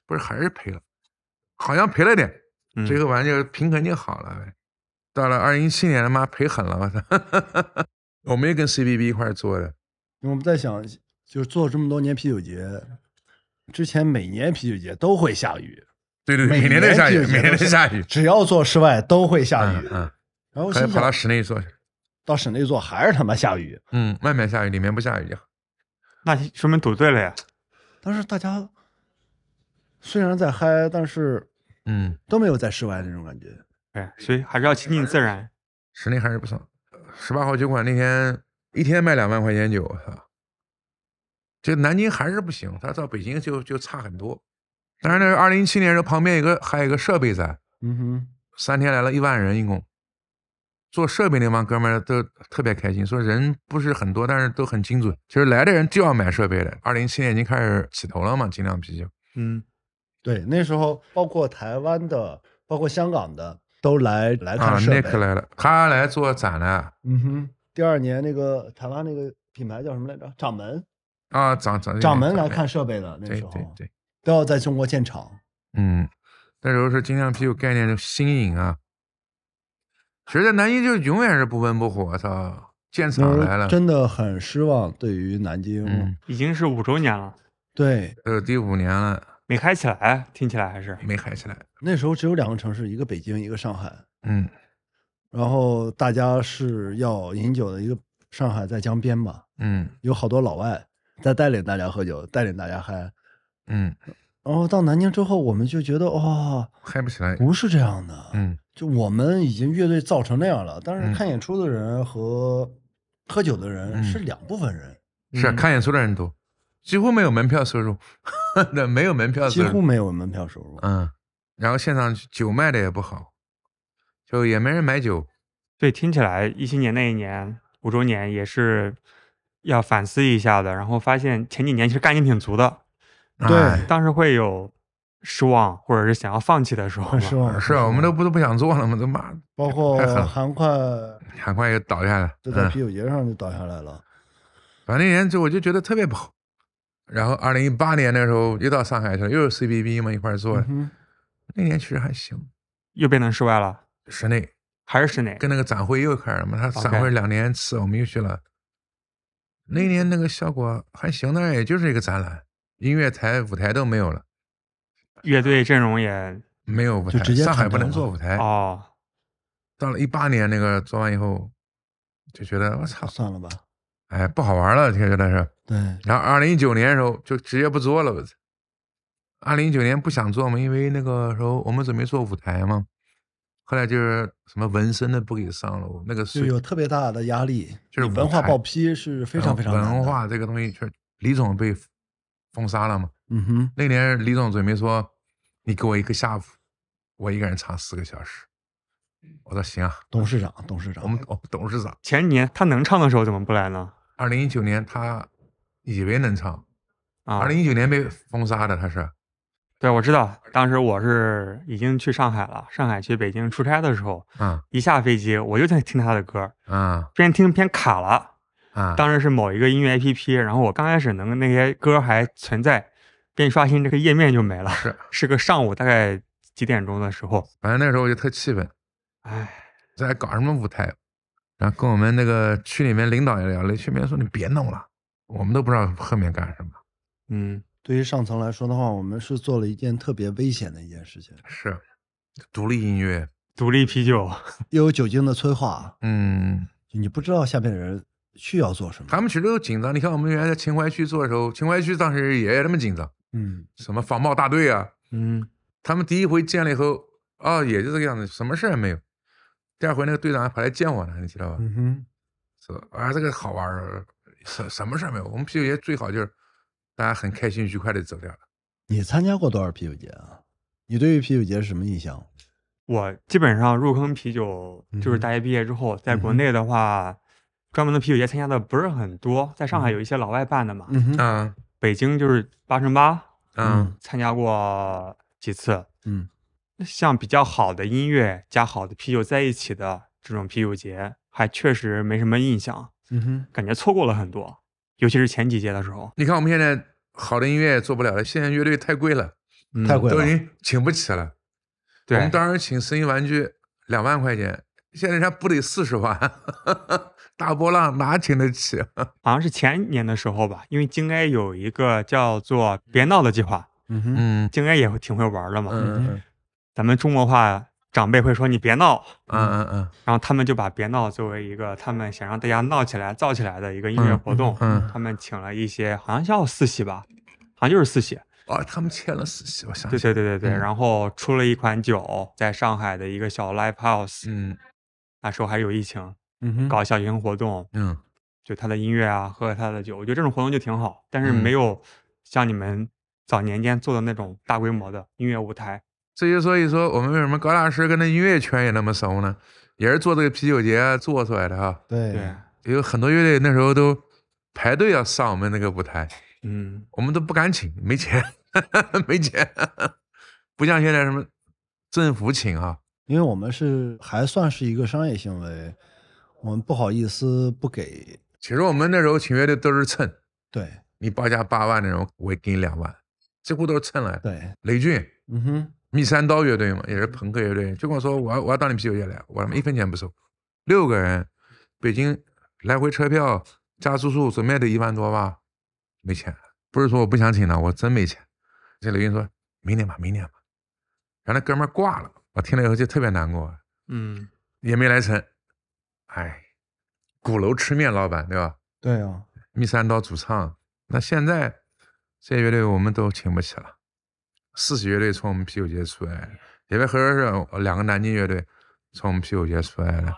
Speaker 3: 不是还是赔了，好像赔了点，
Speaker 2: 嗯，
Speaker 3: 这个玩意儿平衡就好了呗。到了二零一七年，他妈赔狠了，我操！ 我们也跟 CBB 一块儿做的，
Speaker 4: 因为我们在想，就是做这么多年啤酒节，之前每年啤酒节都会下雨，
Speaker 3: 对对，对，
Speaker 4: 每
Speaker 3: 每年都
Speaker 4: 年
Speaker 3: 下
Speaker 4: 就
Speaker 3: 雨，
Speaker 4: 有
Speaker 3: 每年都下雨，
Speaker 4: 只要做室外都会 下雨。
Speaker 3: 嗯
Speaker 4: 然后
Speaker 3: 嗯，还
Speaker 4: 心
Speaker 3: 跑
Speaker 4: 想
Speaker 3: 到室内做去，
Speaker 4: 到室内做还是他妈下雨，
Speaker 3: 嗯，外面下雨，里面不下雨就好。
Speaker 4: 嗯
Speaker 2: 那说明赌对了呀。
Speaker 4: 但是大家虽然在嗨，但是
Speaker 3: 嗯，
Speaker 4: 都没有在室外那种感觉。
Speaker 2: 对，哎所以还是要亲近自然。
Speaker 3: 室内还是不错。十八号酒馆那天一天卖两万块钱酒，我操！这南京还是不行，它到北京就就差很多。但是那是二零一七年时候，旁边有个还有一个设备展，
Speaker 4: 嗯哼，
Speaker 3: 三天来了一万人，一共。做设备那帮哥们儿都特别开心，说人不是很多，但是都很精准。其实来的人就要买设备的。二零一七年已经开始起头了嘛，精酿啤酒。
Speaker 2: 嗯，
Speaker 4: 对，那时候包括台湾的，包括香港的都来来
Speaker 3: 啊
Speaker 4: 看设备。
Speaker 3: ，Nick 来了，他来做展了
Speaker 4: 嗯哼，第二年那个台湾那个品牌叫什么来着？掌门，
Speaker 3: 啊，掌掌
Speaker 4: 掌门来看，设备的那
Speaker 3: 对
Speaker 4: 时候
Speaker 3: 对对，
Speaker 4: 都要在中国建厂。
Speaker 3: 嗯，那时候是精酿啤酒概念就新颖啊。其实，在南京就永远是不温不火，操，建厂来了，
Speaker 4: 呃真的很失望，对于南京，
Speaker 3: 嗯，
Speaker 2: 已经是五周年了，
Speaker 4: 对
Speaker 3: 这是第五年了，
Speaker 2: 没开起来，听起来还是
Speaker 3: 没嗨起来，
Speaker 4: 那时候只有两个城市，一个北京，一个上海。
Speaker 3: 嗯，
Speaker 4: 然后大家是要饮酒的一个上海在江边嘛，
Speaker 3: 嗯
Speaker 4: 有好多老外在带领大家喝酒，带领大家嗨。
Speaker 3: 嗯，
Speaker 4: 然后到南京之后，我们就觉得哇、
Speaker 3: 嗨不起来，
Speaker 4: 不是这样的，
Speaker 3: 嗯，
Speaker 4: 就我们已经乐队造成那样了，但
Speaker 3: 嗯
Speaker 4: 是看演出的人和喝酒的人
Speaker 3: 嗯
Speaker 4: 是两部分人，
Speaker 3: 是啊
Speaker 2: 嗯
Speaker 3: 看演出的人多，几乎没有门票收入，对，没有门票收
Speaker 4: 几
Speaker 3: 入，
Speaker 4: 乎没有门票收入。
Speaker 3: 嗯，然后现场酒卖的也不好，就也没人买酒，
Speaker 2: 所以听起来，一七年那一年五周年也是要反思一下的。然后发现前几年其实干劲挺足的，
Speaker 4: 对
Speaker 3: 哎
Speaker 2: 当时会有失望或者是想要放弃的时候
Speaker 4: 很
Speaker 2: 吗。
Speaker 4: 失望，
Speaker 3: 是啊，我们都不都不想做了嘛，都妈
Speaker 4: 包括
Speaker 3: 太狠了
Speaker 4: 韩快
Speaker 3: 很快就倒下了，
Speaker 4: 就在
Speaker 3: 嗯，
Speaker 4: 啤酒节上就倒下来了。
Speaker 3: 反正那年就我就觉得特别不好。然后二零一八年的时候又到上海去了，又是 CBB 嘛一块儿做的，
Speaker 4: 嗯哼
Speaker 3: 那年其实还行，
Speaker 2: 又变成室外了，
Speaker 3: 室内
Speaker 2: 还是室内？
Speaker 3: 跟那个展会又开始了嘛，他
Speaker 2: OK
Speaker 3: 展会两年次，我们又去了。那年那个效果还行，但是也就是一个展览，音乐台、舞台都没有了，
Speaker 2: 乐队阵容也
Speaker 3: 没有舞台，
Speaker 4: 就直接
Speaker 3: 上海
Speaker 4: 砍
Speaker 3: 不能
Speaker 4: 掉
Speaker 3: 做
Speaker 4: 了
Speaker 3: 舞台。
Speaker 2: 哦，
Speaker 3: 到了一八年那个做完以后，就觉得我操，
Speaker 4: 算了吧，
Speaker 3: 哎，不好玩了，这个觉得是。
Speaker 4: 对，
Speaker 3: 然后二零一九年的时候就直接不做了，我操！二零一九年不想做嘛，因为那个时候我们准备做舞台嘛，后来就是什么纹身的不给上了，那个
Speaker 4: 就是有特别大的压力，
Speaker 3: 就是
Speaker 4: 你文化
Speaker 3: 舞台
Speaker 4: 报批是非常非常难的
Speaker 3: 文化这个东西，就是李总被封杀了嘛。
Speaker 4: 嗯哼，
Speaker 3: 那年李总准备说，你给我一个下午，我一个人唱四个小时。我说行啊，
Speaker 4: 董事长，董事长，
Speaker 3: 我们我们董事长。
Speaker 2: 前几年他能唱的时候怎么不来呢？
Speaker 3: 二零一九年他以为能唱，
Speaker 2: 啊，
Speaker 3: 二零一九年被封杀的，他是
Speaker 2: 对我知道，当时我是已经去上海了，上海去北京出差的时候，
Speaker 3: 啊
Speaker 2: 一下飞机我就在听他的歌，
Speaker 3: 啊
Speaker 2: 边听边卡了。
Speaker 3: 啊！
Speaker 2: 当时是某一个音乐 APP，然后我刚开始能那些歌还存在，边刷新这个页面就没了。
Speaker 3: 是，
Speaker 2: 是个上午大概几点钟的时候，
Speaker 3: 反正那时候我就特气愤，
Speaker 2: 哎，
Speaker 3: 在搞什么舞台？然后跟我们那个区里面领导也聊了，区里面说你别弄了，我们都不知道后面干什么。
Speaker 2: 嗯，
Speaker 4: 对于上层来说的话，我们是做了一件特别危险的一件事情，
Speaker 3: 是独立音乐，
Speaker 2: 独立啤酒，
Speaker 4: 又有酒精的催化，啊
Speaker 3: 嗯，
Speaker 4: 就你不知道下面的人需要做什么。
Speaker 3: 他们其实都紧张。你看我们原来在秦淮区做的时候，秦淮区当时也这么紧张，
Speaker 4: 嗯，
Speaker 3: 什么防暴大队啊，
Speaker 2: 嗯，
Speaker 3: 他们第一回见了以后，哦，也就这个样子，什么事儿也没有。第二回那个队长还跑来见我呢，你知道吧？
Speaker 4: 嗯哼，
Speaker 3: 说啊，这个好玩儿，什什么事儿没有。我们啤酒节最好就是大家很开心愉快的走掉了。
Speaker 4: 你参加过多少啤酒节啊？你对于啤酒节是什么印象？
Speaker 2: 我基本上入坑啤酒
Speaker 4: 嗯
Speaker 2: 就是大学毕业之后，在国内的话，专门的啤酒节参加的不是很多，在上海有一些老外办的嘛，
Speaker 4: 嗯哼，
Speaker 3: 嗯
Speaker 2: 北京就是八乘八
Speaker 3: 嗯
Speaker 4: 嗯
Speaker 2: 参加过几次，
Speaker 4: 嗯，
Speaker 2: 像比较好的音乐加好的啤酒在一起的这种啤酒节，还确实没什么印象，
Speaker 4: 嗯哼，
Speaker 2: 感觉错过了很多，尤其是前几届的时候，
Speaker 3: 你看我们现在好的音乐也做不了了，现在乐队太贵了，
Speaker 2: 嗯、
Speaker 4: 太贵
Speaker 3: 都
Speaker 4: 了
Speaker 3: 已经请不起了。我
Speaker 2: 对
Speaker 3: 们，当时请声音玩具两万块钱，现在人家不得四十万， 大波浪哪请得起？啊
Speaker 2: 好像是前年的时候吧，因为京 A 有一个叫做“别闹”的计划，
Speaker 4: 嗯哼，
Speaker 3: 嗯
Speaker 2: 京 A 也会挺会玩的嘛。
Speaker 3: 嗯
Speaker 2: 咱们中国话长辈会说“你别闹
Speaker 3: 嗯嗯”，
Speaker 2: 然后他们就把“别闹”作为一个他们想让大家闹起来、燥起来的一个音乐
Speaker 3: 嗯
Speaker 2: 活动。
Speaker 3: 嗯，
Speaker 2: 他们请了一些，好像叫四喜吧，好像就是四喜。
Speaker 3: 哦，他们签了四期，我想
Speaker 2: 对
Speaker 3: 起来
Speaker 2: 对对对对。
Speaker 3: 嗯
Speaker 2: 然后出了一款酒，在上海的一个小 live house，、
Speaker 3: 嗯
Speaker 2: 那时候还有疫情，
Speaker 4: 嗯哼，
Speaker 2: 搞小型活动。
Speaker 3: 嗯
Speaker 2: 就他的音乐啊，喝他的酒，我觉得这种活动就挺好，但是
Speaker 3: 嗯
Speaker 2: 没有像你们早年间做的那种大规模的音乐舞台。
Speaker 3: 这就所以说，我们为什么高大师跟那音乐圈也那么熟呢？也是做这个啤酒节啊做出来的哈。
Speaker 4: 对
Speaker 2: 对，，
Speaker 3: 有很多乐队那时候都排队要上我们那个舞台，
Speaker 2: 嗯，
Speaker 3: 我们都不敢请，没钱， 没钱，不像现在什么政府请啊。
Speaker 4: 因为我们是还算是一个商业行为，我们不好意思不给。
Speaker 3: 其实我们那时候请乐队都是蹭，
Speaker 4: 对
Speaker 3: 你报价八万那种，我也给你两万，几乎都是蹭来的。
Speaker 4: 对，
Speaker 3: 雷军、
Speaker 4: 嗯哼，
Speaker 3: 密三刀乐队嘛，也是朋克乐队，就跟我说我要我要到你啤酒节来，我他妈一分钱不收，六个人，北京来回车票加住宿准备得一万多吧，没钱，不是说我不想请他，我真没钱。这雷军说明年吧，明年吧，然后那哥们儿挂了，我听了以后就特别难过，
Speaker 2: 嗯，
Speaker 3: 也没来成，哎，鼓楼吃面老板对吧？
Speaker 4: 对啊，
Speaker 3: 密三刀主唱，那现在这些乐队我们都请不起了。四喜乐队从我们啤酒节出来，也别合着是两个南京乐队，从我们啤酒节出来的。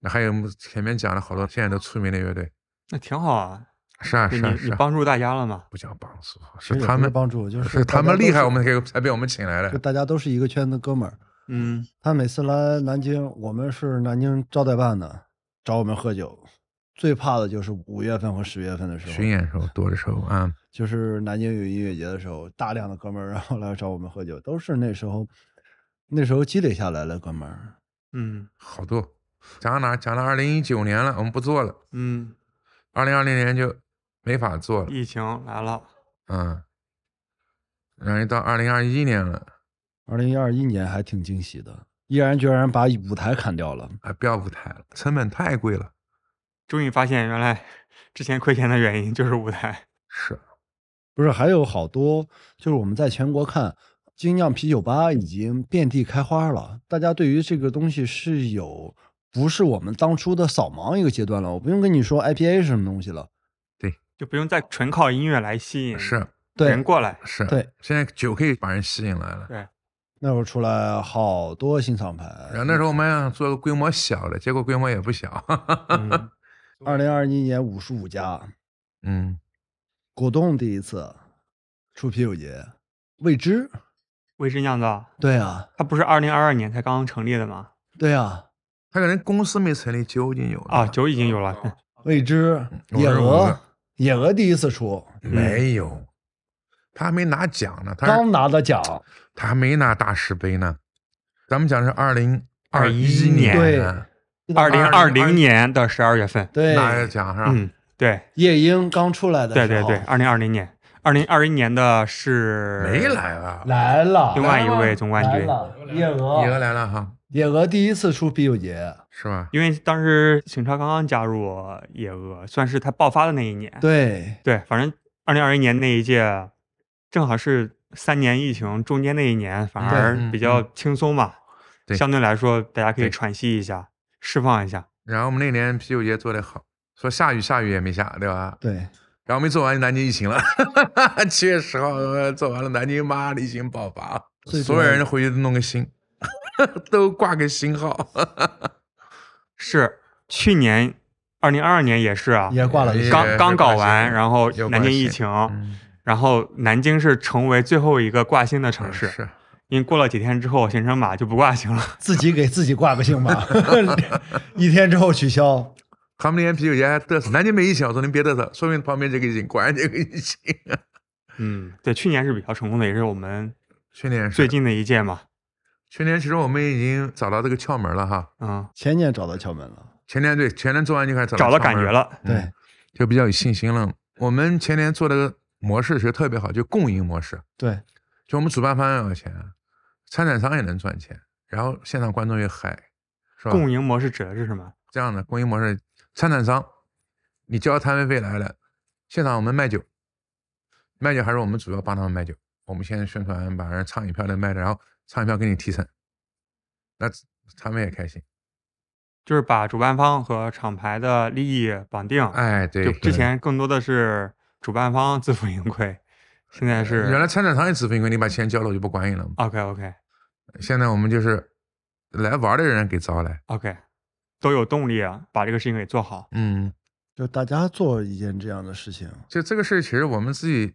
Speaker 3: 那还有我们前面讲了好多现在都出名的乐队，
Speaker 2: 那挺好啊，
Speaker 3: 是啊
Speaker 2: 就是
Speaker 3: 啊
Speaker 2: 你
Speaker 3: 是
Speaker 2: 你
Speaker 3: 啊，
Speaker 2: 帮助大家了嘛？
Speaker 3: 不讲帮助，
Speaker 4: 其实
Speaker 3: 是
Speaker 4: 也
Speaker 3: 他
Speaker 4: 不
Speaker 3: 们
Speaker 4: 帮助，就是
Speaker 3: 是他
Speaker 4: 大家
Speaker 3: 们
Speaker 4: 都
Speaker 3: 厉害，
Speaker 4: 是
Speaker 3: 我们才给才被我们请来
Speaker 4: 就
Speaker 3: 的。
Speaker 4: 大家都是一个圈子哥们儿。
Speaker 2: 嗯，
Speaker 4: 他每次来南京，我们是南京招待办的，找我们喝酒。最怕的就是五月份和十月份的时
Speaker 3: 巡
Speaker 4: 候，
Speaker 3: 演时候多的时候啊，
Speaker 4: 就是南京有音乐节的时候，大量的哥们儿然后来找我们喝酒，都是那时候，那时候积累下来的哥们儿。
Speaker 2: 嗯
Speaker 3: 好多讲到哪儿讲到二零一九年了，我们不做了，
Speaker 2: 嗯，
Speaker 3: 二零二零年就没法做了。
Speaker 2: 疫情来了，
Speaker 3: 嗯，然后到二零二一年了，
Speaker 4: 二零二一年还挺惊喜的，毅然决然把舞台砍掉了。
Speaker 3: 啊，不要舞台了，成本太贵了。
Speaker 2: 终于发现原来之前亏钱的原因就是舞台，
Speaker 3: 是，
Speaker 4: 不是，还有好多，就是我们在全国看精酿啤酒吧已经遍地开花了，大家对于这个东西是有，不是我们当初的扫盲一个阶段了。我不用跟你说 IPA 是什么东西了，
Speaker 2: 就不用再纯靠音乐来吸引
Speaker 3: 是啊
Speaker 2: 人
Speaker 4: 对，
Speaker 2: 过来。
Speaker 3: 是，
Speaker 4: 对，
Speaker 3: 现在酒可以把人吸引来了。
Speaker 2: 对，
Speaker 4: 那会儿出来好多新厂牌。
Speaker 3: 然后那时候我们想做个规模小的，结果规模也不小。
Speaker 2: 嗯
Speaker 4: 二零二一年五十五家，
Speaker 3: 嗯，
Speaker 4: 果冻第一次出啤酒节，未知，
Speaker 2: 未知酿造，
Speaker 4: 对啊，
Speaker 2: 它不是二零二二年才刚刚成立的吗？
Speaker 4: 对啊，
Speaker 3: 他可能公司没成立，酒已经有了
Speaker 2: 啊，酒已经有了，
Speaker 4: 未知，
Speaker 3: 我
Speaker 4: 野
Speaker 3: 是我
Speaker 4: 鹅
Speaker 3: 的，
Speaker 4: 野鹅第一次出，
Speaker 3: 没有，他还没拿奖呢，他
Speaker 4: 刚拿的奖。
Speaker 3: 他还没拿大师杯呢。咱们讲的是二零
Speaker 2: 21
Speaker 3: 年，啊
Speaker 4: 对
Speaker 2: 二零二零年的十二月份。
Speaker 4: 对，
Speaker 3: 拿个奖是吧？
Speaker 2: 嗯，对
Speaker 4: 夜莺刚出来的
Speaker 2: 对
Speaker 4: 时
Speaker 2: 对
Speaker 4: 候，
Speaker 2: 对，二零二零年，二零二一年的是
Speaker 3: 没来吧？
Speaker 4: 来了，
Speaker 2: 另外一位总冠
Speaker 4: 来
Speaker 2: 军，
Speaker 4: 了，夜
Speaker 3: 野鹅
Speaker 4: 鹅，
Speaker 3: 来了哈，
Speaker 4: 野鹅第一次出啤酒节，
Speaker 3: 是吧？
Speaker 2: 因为当时醒超刚刚加入野鹅，算是他爆发的那一年。
Speaker 4: 对
Speaker 2: 对，反正二零二一年那一届，正好是三年疫情中间那一年，反而比较轻松嘛，
Speaker 3: 嗯对
Speaker 2: 相对来说大家可以
Speaker 3: 对
Speaker 2: 喘息一下，释放一下。
Speaker 3: 然后我们那年啤酒节做得好，说下雨下雨也没下，对吧？
Speaker 4: 对，
Speaker 3: 然后没做完，南京疫情了， 七月十号呃做完了，南京妈的疫情爆发，
Speaker 4: 最主
Speaker 3: 所
Speaker 4: 要
Speaker 3: 有人回去弄个星， 都挂个星号，
Speaker 2: 是去年二零二二年也是啊，
Speaker 4: 也挂了个
Speaker 3: 也
Speaker 4: 星。
Speaker 2: 刚刚搞完，
Speaker 3: 也
Speaker 2: 然后
Speaker 3: 嗯有
Speaker 2: 南
Speaker 3: 关
Speaker 2: 京疫
Speaker 3: 系
Speaker 2: 情，
Speaker 3: 嗯，
Speaker 2: 然后南京是成为最后一个挂星的城市，
Speaker 3: 啊嗯是
Speaker 2: 因为过了几天之后，行程码就不挂星了。
Speaker 4: 自己给自己挂个星 吧，一天之后取消。
Speaker 3: 他们那天啤酒节还嘚瑟，南京没疫情，我说您别嘚瑟，说明旁边这个疫情，果然这个疫情。
Speaker 2: 嗯，对，去年是比较成功的，也是我们
Speaker 3: 去年是
Speaker 2: 最，近的一届嘛。
Speaker 3: 去年其实我们已经找到这个窍门了哈，
Speaker 2: 嗯，
Speaker 4: 前年找到窍门了，
Speaker 3: 前年对前年做完就开始找
Speaker 2: 找
Speaker 3: 到
Speaker 2: 到感
Speaker 3: 窍门
Speaker 2: 觉，了。
Speaker 3: 嗯
Speaker 4: 对
Speaker 3: 就比较有信心了。我们前年做的模式其实特别好，就共赢模式，
Speaker 4: 对，
Speaker 3: 就我们主办方要有钱，啊参展商也能赚钱，然后现场观众也嗨，是吧？
Speaker 2: 共赢模式指的是什么？
Speaker 3: 这样的共赢模式，参展商你交摊位费来了，现场我们卖酒，卖酒还是我们主要帮他们卖酒，我们先宣传把人畅饮票的卖了，然后畅饮票给你提成，那他们也开心。
Speaker 2: 就是把主办方和厂牌的利益绑定。
Speaker 3: 哎，对
Speaker 2: 就，之前更多的是主办方自负盈亏，现在是
Speaker 3: 呃原来参展商也自负盈亏，你把钱交了我就不管你了嘛。
Speaker 2: OK OK
Speaker 3: 现在我们就是来玩的人给招来，
Speaker 2: OK 都有动力啊，把这个事情给做好。
Speaker 3: 嗯，
Speaker 4: 就大家做一件这样的事情，
Speaker 3: 就这个事其实我们自己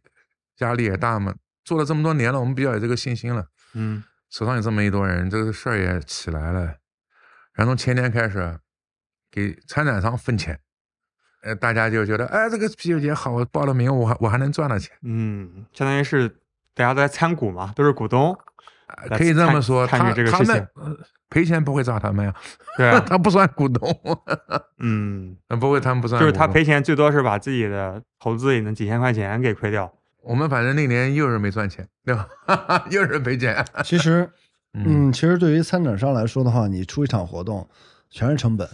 Speaker 3: 压力也大嘛，做了这么多年了，我们比较有这个信心了，
Speaker 2: 嗯
Speaker 3: 手上有这么一多人，这个事儿也起来了，然后从前年开始啊给参展商分钱，呃，大家就觉得，哎，这个啤酒节好，我报了名，我还我还能赚到钱，
Speaker 2: 嗯，相当于是大家都在参股嘛，都是股东。
Speaker 3: 啊
Speaker 2: 来
Speaker 3: 可以这
Speaker 2: 参
Speaker 3: 么说，
Speaker 2: 参与
Speaker 3: 他
Speaker 2: 这个
Speaker 3: 他
Speaker 2: 事情
Speaker 3: 们呃赔钱不会找他 们呀，
Speaker 2: 对，
Speaker 3: 他不算股东，呃
Speaker 2: 嗯，
Speaker 3: 不会，他们不算，
Speaker 2: 就是他赔。钱最多是把自己的投资也能几千块钱给亏掉。
Speaker 3: 我们反正那年又是没赚钱，对吧？ 又是赔钱。
Speaker 4: 其 实，嗯，其实对于参展商来说的话，你出一场活动全是成本，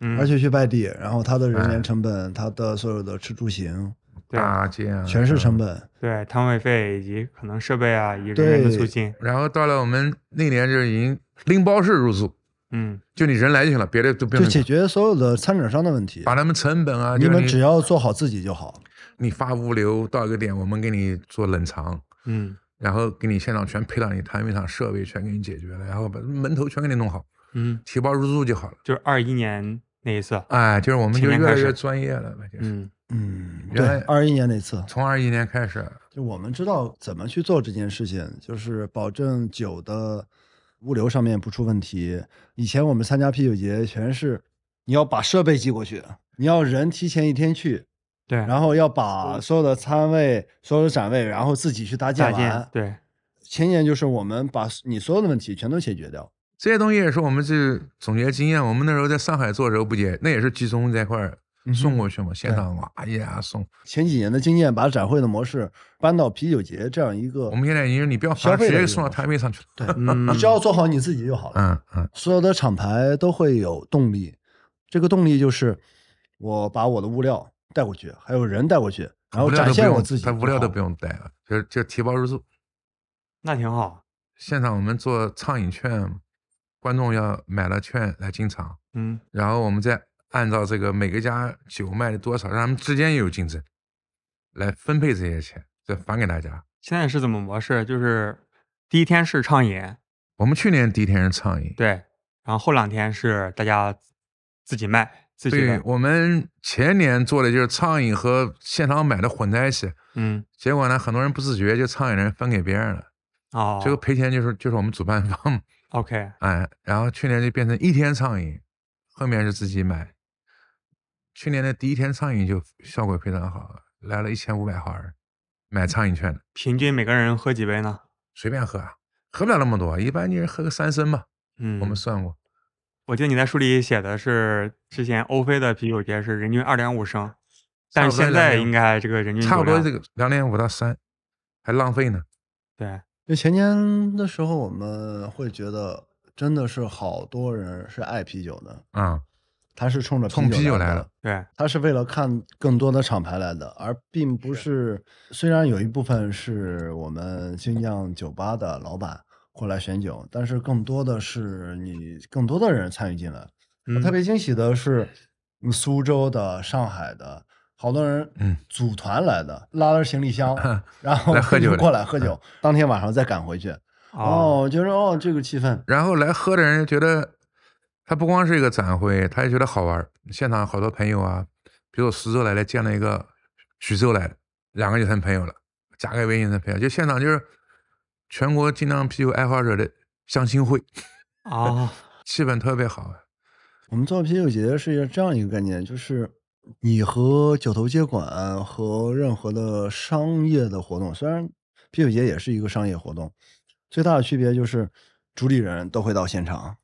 Speaker 2: 嗯，
Speaker 4: 而且去外地，然后他的人
Speaker 3: 哎
Speaker 4: 员成本，他的所有的吃住行
Speaker 2: 对
Speaker 3: 搭建
Speaker 2: 嗯
Speaker 3: 啊
Speaker 4: 全是成。
Speaker 3: 吧
Speaker 4: 本，
Speaker 2: 对摊位费以及可能设备啊，以及人员的
Speaker 4: 对
Speaker 2: 租金。
Speaker 3: 然后到了我们那年就已经拎包式入住，
Speaker 2: 嗯，
Speaker 3: 就你人来就行了，别的都不
Speaker 4: 就
Speaker 3: 用
Speaker 4: 解
Speaker 3: 管。
Speaker 4: 决所有的参展商的问题。
Speaker 3: 把他们成本啊，
Speaker 4: 你
Speaker 3: 就是
Speaker 4: 们只要做好自己就好。
Speaker 3: 你发物流到一个点，我们给你做冷藏，
Speaker 2: 嗯
Speaker 3: 然后给你现场全配到你摊位上，设备全给你解决了，然后把门头全给你弄好，
Speaker 2: 嗯，
Speaker 3: 提包入住就好了。
Speaker 2: 就是二一年那一次，
Speaker 3: 哎，就是我们就
Speaker 2: 今年
Speaker 3: 越
Speaker 2: 开
Speaker 3: 来
Speaker 2: 始
Speaker 3: 越专业了吧，就是
Speaker 2: 嗯
Speaker 4: 嗯，
Speaker 3: 原
Speaker 4: 对
Speaker 3: 来，
Speaker 4: 二一年那次，
Speaker 3: 从二一年开始，
Speaker 4: 就我们知道怎么去做这件事情，就是保证酒的物流上面不出问题。以前我们参加啤酒节，全是你要把设备寄过去，你要人提前一天去，
Speaker 2: 对，
Speaker 4: 然后要
Speaker 3: 嗯
Speaker 4: 把所有的摊位、所有的展位，然后自己去搭
Speaker 2: 大
Speaker 4: 建
Speaker 2: 件
Speaker 4: 完。
Speaker 2: 对，
Speaker 4: 前年就是我们把你所有的问题全都解决掉。
Speaker 3: 这些东西也是我们这总结经验。我们那时候在上海做的时候不也那也是集中在一块儿
Speaker 4: 嗯哼
Speaker 3: 送过去嘛，现场啊哇呀送。
Speaker 4: 前几年的经验，把展会的模式搬到啤酒节这样一个，
Speaker 3: 我们现在已经是你不要
Speaker 4: 消
Speaker 3: 烦，
Speaker 4: 费
Speaker 3: 直
Speaker 4: 的
Speaker 3: 接
Speaker 4: 这
Speaker 3: 送到
Speaker 4: 种
Speaker 3: 摊位上去了。
Speaker 4: 对，
Speaker 2: 嗯
Speaker 4: 你只要做好你自己就好了。
Speaker 3: 嗯嗯，
Speaker 4: 所有的厂牌都会有动力，这个动力就是我把我的物料带过去，还有人带过去，然后
Speaker 3: 无聊
Speaker 4: 展
Speaker 3: 都不
Speaker 4: 现
Speaker 3: 用
Speaker 4: 我，自己就
Speaker 3: 他
Speaker 4: 好。
Speaker 3: 无聊都不用带了，就是就提包入住。
Speaker 2: 那挺好，
Speaker 3: 现场我们做畅饮券，观众要买了券来进场，
Speaker 2: 嗯
Speaker 3: 然后我们再按照这个每个家酒卖的多少，让他们之间也有竞争，来分配这些钱，再返给大家。
Speaker 2: 现在是怎么模式？就是第一天是畅饮，
Speaker 3: 我们去年第一天是畅饮，
Speaker 2: 对，然后后两天是大家自己卖自己
Speaker 3: 对
Speaker 2: 的，
Speaker 3: 我们前年做的就是畅饮和现场买的混在一起，
Speaker 2: 嗯
Speaker 3: 结果呢，很多人不自觉就畅饮人分给别人了，
Speaker 2: 哦，
Speaker 3: 这个赔钱就是就是我们主办方嘛
Speaker 2: OK，
Speaker 3: 哎，然后去年就变成一天畅饮，后面是自己买。去年的第一天畅饮就效果非常好，来了一千五百号人买畅饮券的，
Speaker 2: 平均每个人喝几杯呢？
Speaker 3: 随便喝，啊，喝不了那么多，一般就是喝个三升吧，
Speaker 2: 嗯，
Speaker 3: 我们算过。
Speaker 2: 我记得你在书里写的是，之前欧菲的啤酒节是人均二点五升，但是
Speaker 3: 差不多
Speaker 2: 现在
Speaker 3: 2.5
Speaker 2: 应该这个人均
Speaker 3: 差不
Speaker 2: 酒
Speaker 3: 多
Speaker 2: 量
Speaker 3: 这个两点五到三，还浪费呢。
Speaker 2: 对，
Speaker 4: 因为前年的时候，我们会觉得真的是好多人是爱啤酒的，
Speaker 3: 啊、
Speaker 4: 他是冲着
Speaker 3: 冲啤酒来
Speaker 4: 来
Speaker 3: 了
Speaker 4: 的，
Speaker 2: 对，
Speaker 4: 他是为了看更多的厂牌来的，而并不是。虽然有一部分是我们精酿酒吧的老板过来选酒，但是更多的是你更多的人参与进来。我
Speaker 2: 嗯，
Speaker 4: 特别惊喜的是，嗯苏州的、上海的，好多人
Speaker 3: 嗯
Speaker 4: 组团来的，拉着行 李箱，然后
Speaker 3: 来喝酒的嗯
Speaker 4: 过来喝酒，当天晚上再赶回去。
Speaker 2: 哦，
Speaker 4: 我觉得哦，这个气氛，
Speaker 3: 然后来喝的人觉得，他不光是一个展会，他也觉得好玩儿。现场好多朋友啊，比如我苏州来的见了一个徐州来的，两个就成朋友了，加个微信成朋友。就现场就是全国精酿啤酒爱好者的相亲会，
Speaker 2: 哦，
Speaker 3: 气氛特别好。
Speaker 4: 我们做啤酒节是一个这样一个概念，就是你和酒头接管和任何的商业的活动，虽然啤酒节也是一个商业活动，最大的区别就是主理人都会到现场，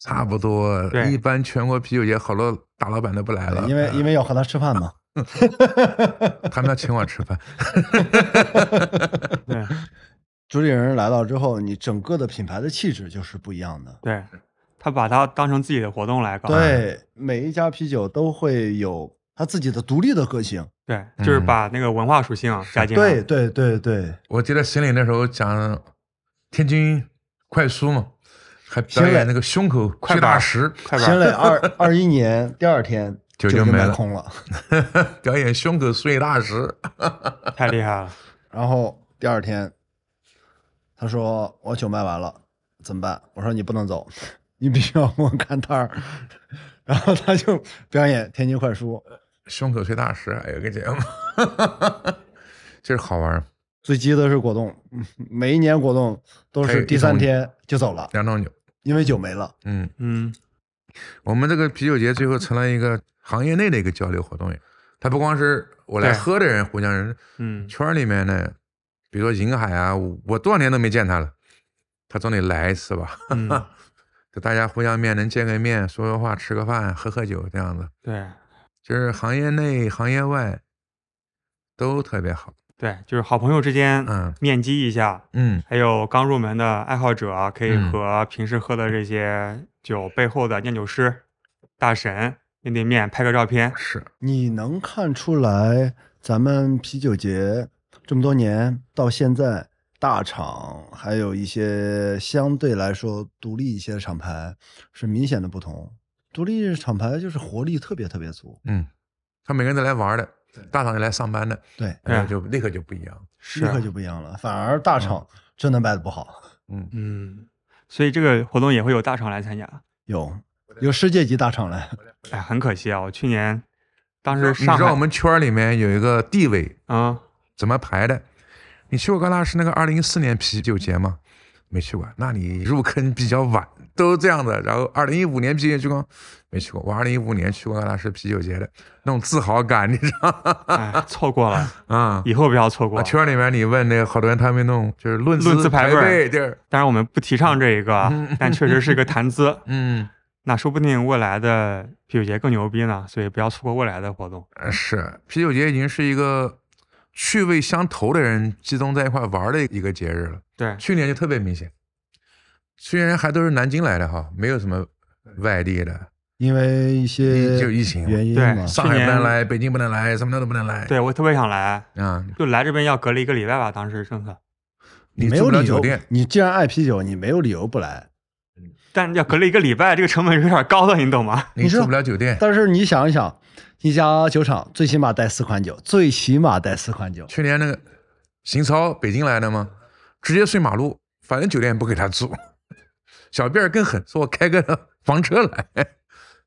Speaker 3: 差不多，
Speaker 2: 对
Speaker 3: 一般全国啤酒节好多大老板都不来了，嗯
Speaker 4: 因为因为要和他吃饭嘛。
Speaker 3: 他们要请我吃饭。
Speaker 2: 对
Speaker 4: 主理人来到之后，你整个的品牌的气质就是不一样的。
Speaker 2: 对，他把它当成自己的活动来搞，
Speaker 4: 对，每一家啤酒都会有他自己的独立的个性。
Speaker 2: 对，就是
Speaker 3: 嗯
Speaker 2: 把那个文化属性加进来，
Speaker 4: 对对对对，
Speaker 3: 我记得邢磊那时候讲天津快书嘛，还表
Speaker 4: 邢磊
Speaker 3: 演那个胸口
Speaker 2: 快
Speaker 3: 巨大
Speaker 2: 板
Speaker 3: 石，
Speaker 2: 快
Speaker 4: 新
Speaker 2: 板，
Speaker 4: 磊二二一年第二天
Speaker 3: 酒
Speaker 4: 就
Speaker 3: 就没
Speaker 4: 卖
Speaker 3: 了
Speaker 4: 空了，
Speaker 3: 表演胸口碎大石。
Speaker 2: 太厉害了，
Speaker 4: 然后第二天他说我酒卖完了怎么办？我说你不能走，你必须要跟我看摊儿。 然后他就表演天津快书，
Speaker 3: 胸口碎大石啊有个节目，就是好玩儿。
Speaker 4: 最激的是果冻， 嗯每一年果冻都
Speaker 3: 还有
Speaker 4: 是
Speaker 3: 一
Speaker 4: 第三
Speaker 3: 种
Speaker 4: 天就走了，
Speaker 3: 梁冬酒，
Speaker 4: 因为酒没了。
Speaker 3: 嗯，
Speaker 2: 嗯，
Speaker 3: 我们这个啤酒节最后成了一个行业内的一个交流活动，它不光是我来
Speaker 2: 对
Speaker 3: 喝的人互相认识，
Speaker 2: 嗯，
Speaker 3: 圈儿里面呢，比如说银海啊，我多少年都没见他了，他总得来一次吧，
Speaker 2: 嗯
Speaker 3: 就大家互相面能见个面，说说话，吃个饭，喝喝酒这样子，
Speaker 2: 对
Speaker 3: 就是行业内行业外都特别好。
Speaker 2: 对，就是好朋友之间
Speaker 3: 嗯
Speaker 2: 面基一下，
Speaker 3: 嗯，
Speaker 2: 还有刚入门的爱好者，啊可以
Speaker 3: 嗯
Speaker 2: 和平时喝的这些酒背后的酿酒师、大神面对面拍个照片。
Speaker 3: 是
Speaker 4: 你能看出来，咱们啤酒节这么多年到现在，大厂还有一些相对来说独立一些的厂牌是明显的不同。独立厂牌就是活力特别特别足，
Speaker 3: 嗯，他每个人都来玩儿的，大厂就来上班的，
Speaker 4: 对，
Speaker 3: 然后
Speaker 2: 对
Speaker 3: 就立刻就不一样。
Speaker 2: 是
Speaker 4: 立刻就不一样了。反而大厂真的卖的不好，
Speaker 3: 嗯，
Speaker 2: 嗯，所以这个活动也会有大厂来参加，
Speaker 4: 有有世界级大厂来，
Speaker 2: 哎，很可惜啊，我去年当时
Speaker 3: 你
Speaker 2: 上
Speaker 3: 知道我
Speaker 2: 海
Speaker 3: 们圈儿里面有一个地位
Speaker 2: 啊，
Speaker 3: 怎么排的？你去过戛纳市那个二零一四年啤酒节吗？没去过，那你入坑比较晚，都这样的。然后二零一五年啤酒节光没去过，我二零一五年去过戛纳市啤酒节的，那种自豪感，你知道吗？
Speaker 2: 哎，错过 了，
Speaker 3: 啊、
Speaker 2: 以后不要错
Speaker 3: 啊
Speaker 2: 过。
Speaker 3: 圈儿里面你问那个好多人，他们弄就是论
Speaker 2: 论资
Speaker 3: 资
Speaker 2: 排
Speaker 3: 排
Speaker 2: 辈儿
Speaker 3: 辈，就是
Speaker 2: 当然我们不提倡这一个啊，
Speaker 3: 嗯
Speaker 2: 但确实是一个谈资。
Speaker 3: 嗯。
Speaker 2: 那说不定未来的啤酒节更牛逼呢，所以不要错过未来的活动。
Speaker 3: 呃是啤酒节已经是一个趣味相投的人集中在一块玩儿的一个节日了。
Speaker 2: 对，
Speaker 3: 去年就特别明显，去年还都是南京来的哈，没有什么外地的，
Speaker 4: 因为一些
Speaker 3: 就疫情嘛
Speaker 4: 呃原因
Speaker 2: 对
Speaker 4: 嘛，
Speaker 3: 上海不
Speaker 2: 去年
Speaker 3: 能来，北京不能来，什么的都不能来。
Speaker 2: 对我特别想来，
Speaker 3: 啊，
Speaker 2: 就来这边要隔离一个礼拜吧，当时政策，
Speaker 3: 你
Speaker 4: 没
Speaker 3: 住
Speaker 4: 有
Speaker 3: 不了
Speaker 4: 理
Speaker 3: 酒
Speaker 4: 由
Speaker 3: 店，，
Speaker 4: 你既然爱啤酒，你没有理由不来。
Speaker 2: 但要隔离一个礼拜，这个成本是有点高的，你懂吗？
Speaker 4: 你知
Speaker 3: 住
Speaker 4: 道
Speaker 3: 不了酒店。
Speaker 4: 但是你想一想，一家酒厂最起码带四款酒，最起码带四 款酒，
Speaker 3: 去年那个邢超北京来的吗？直接睡马路，反正酒店也不给他住。 小辫儿更狠，说我开个房车来，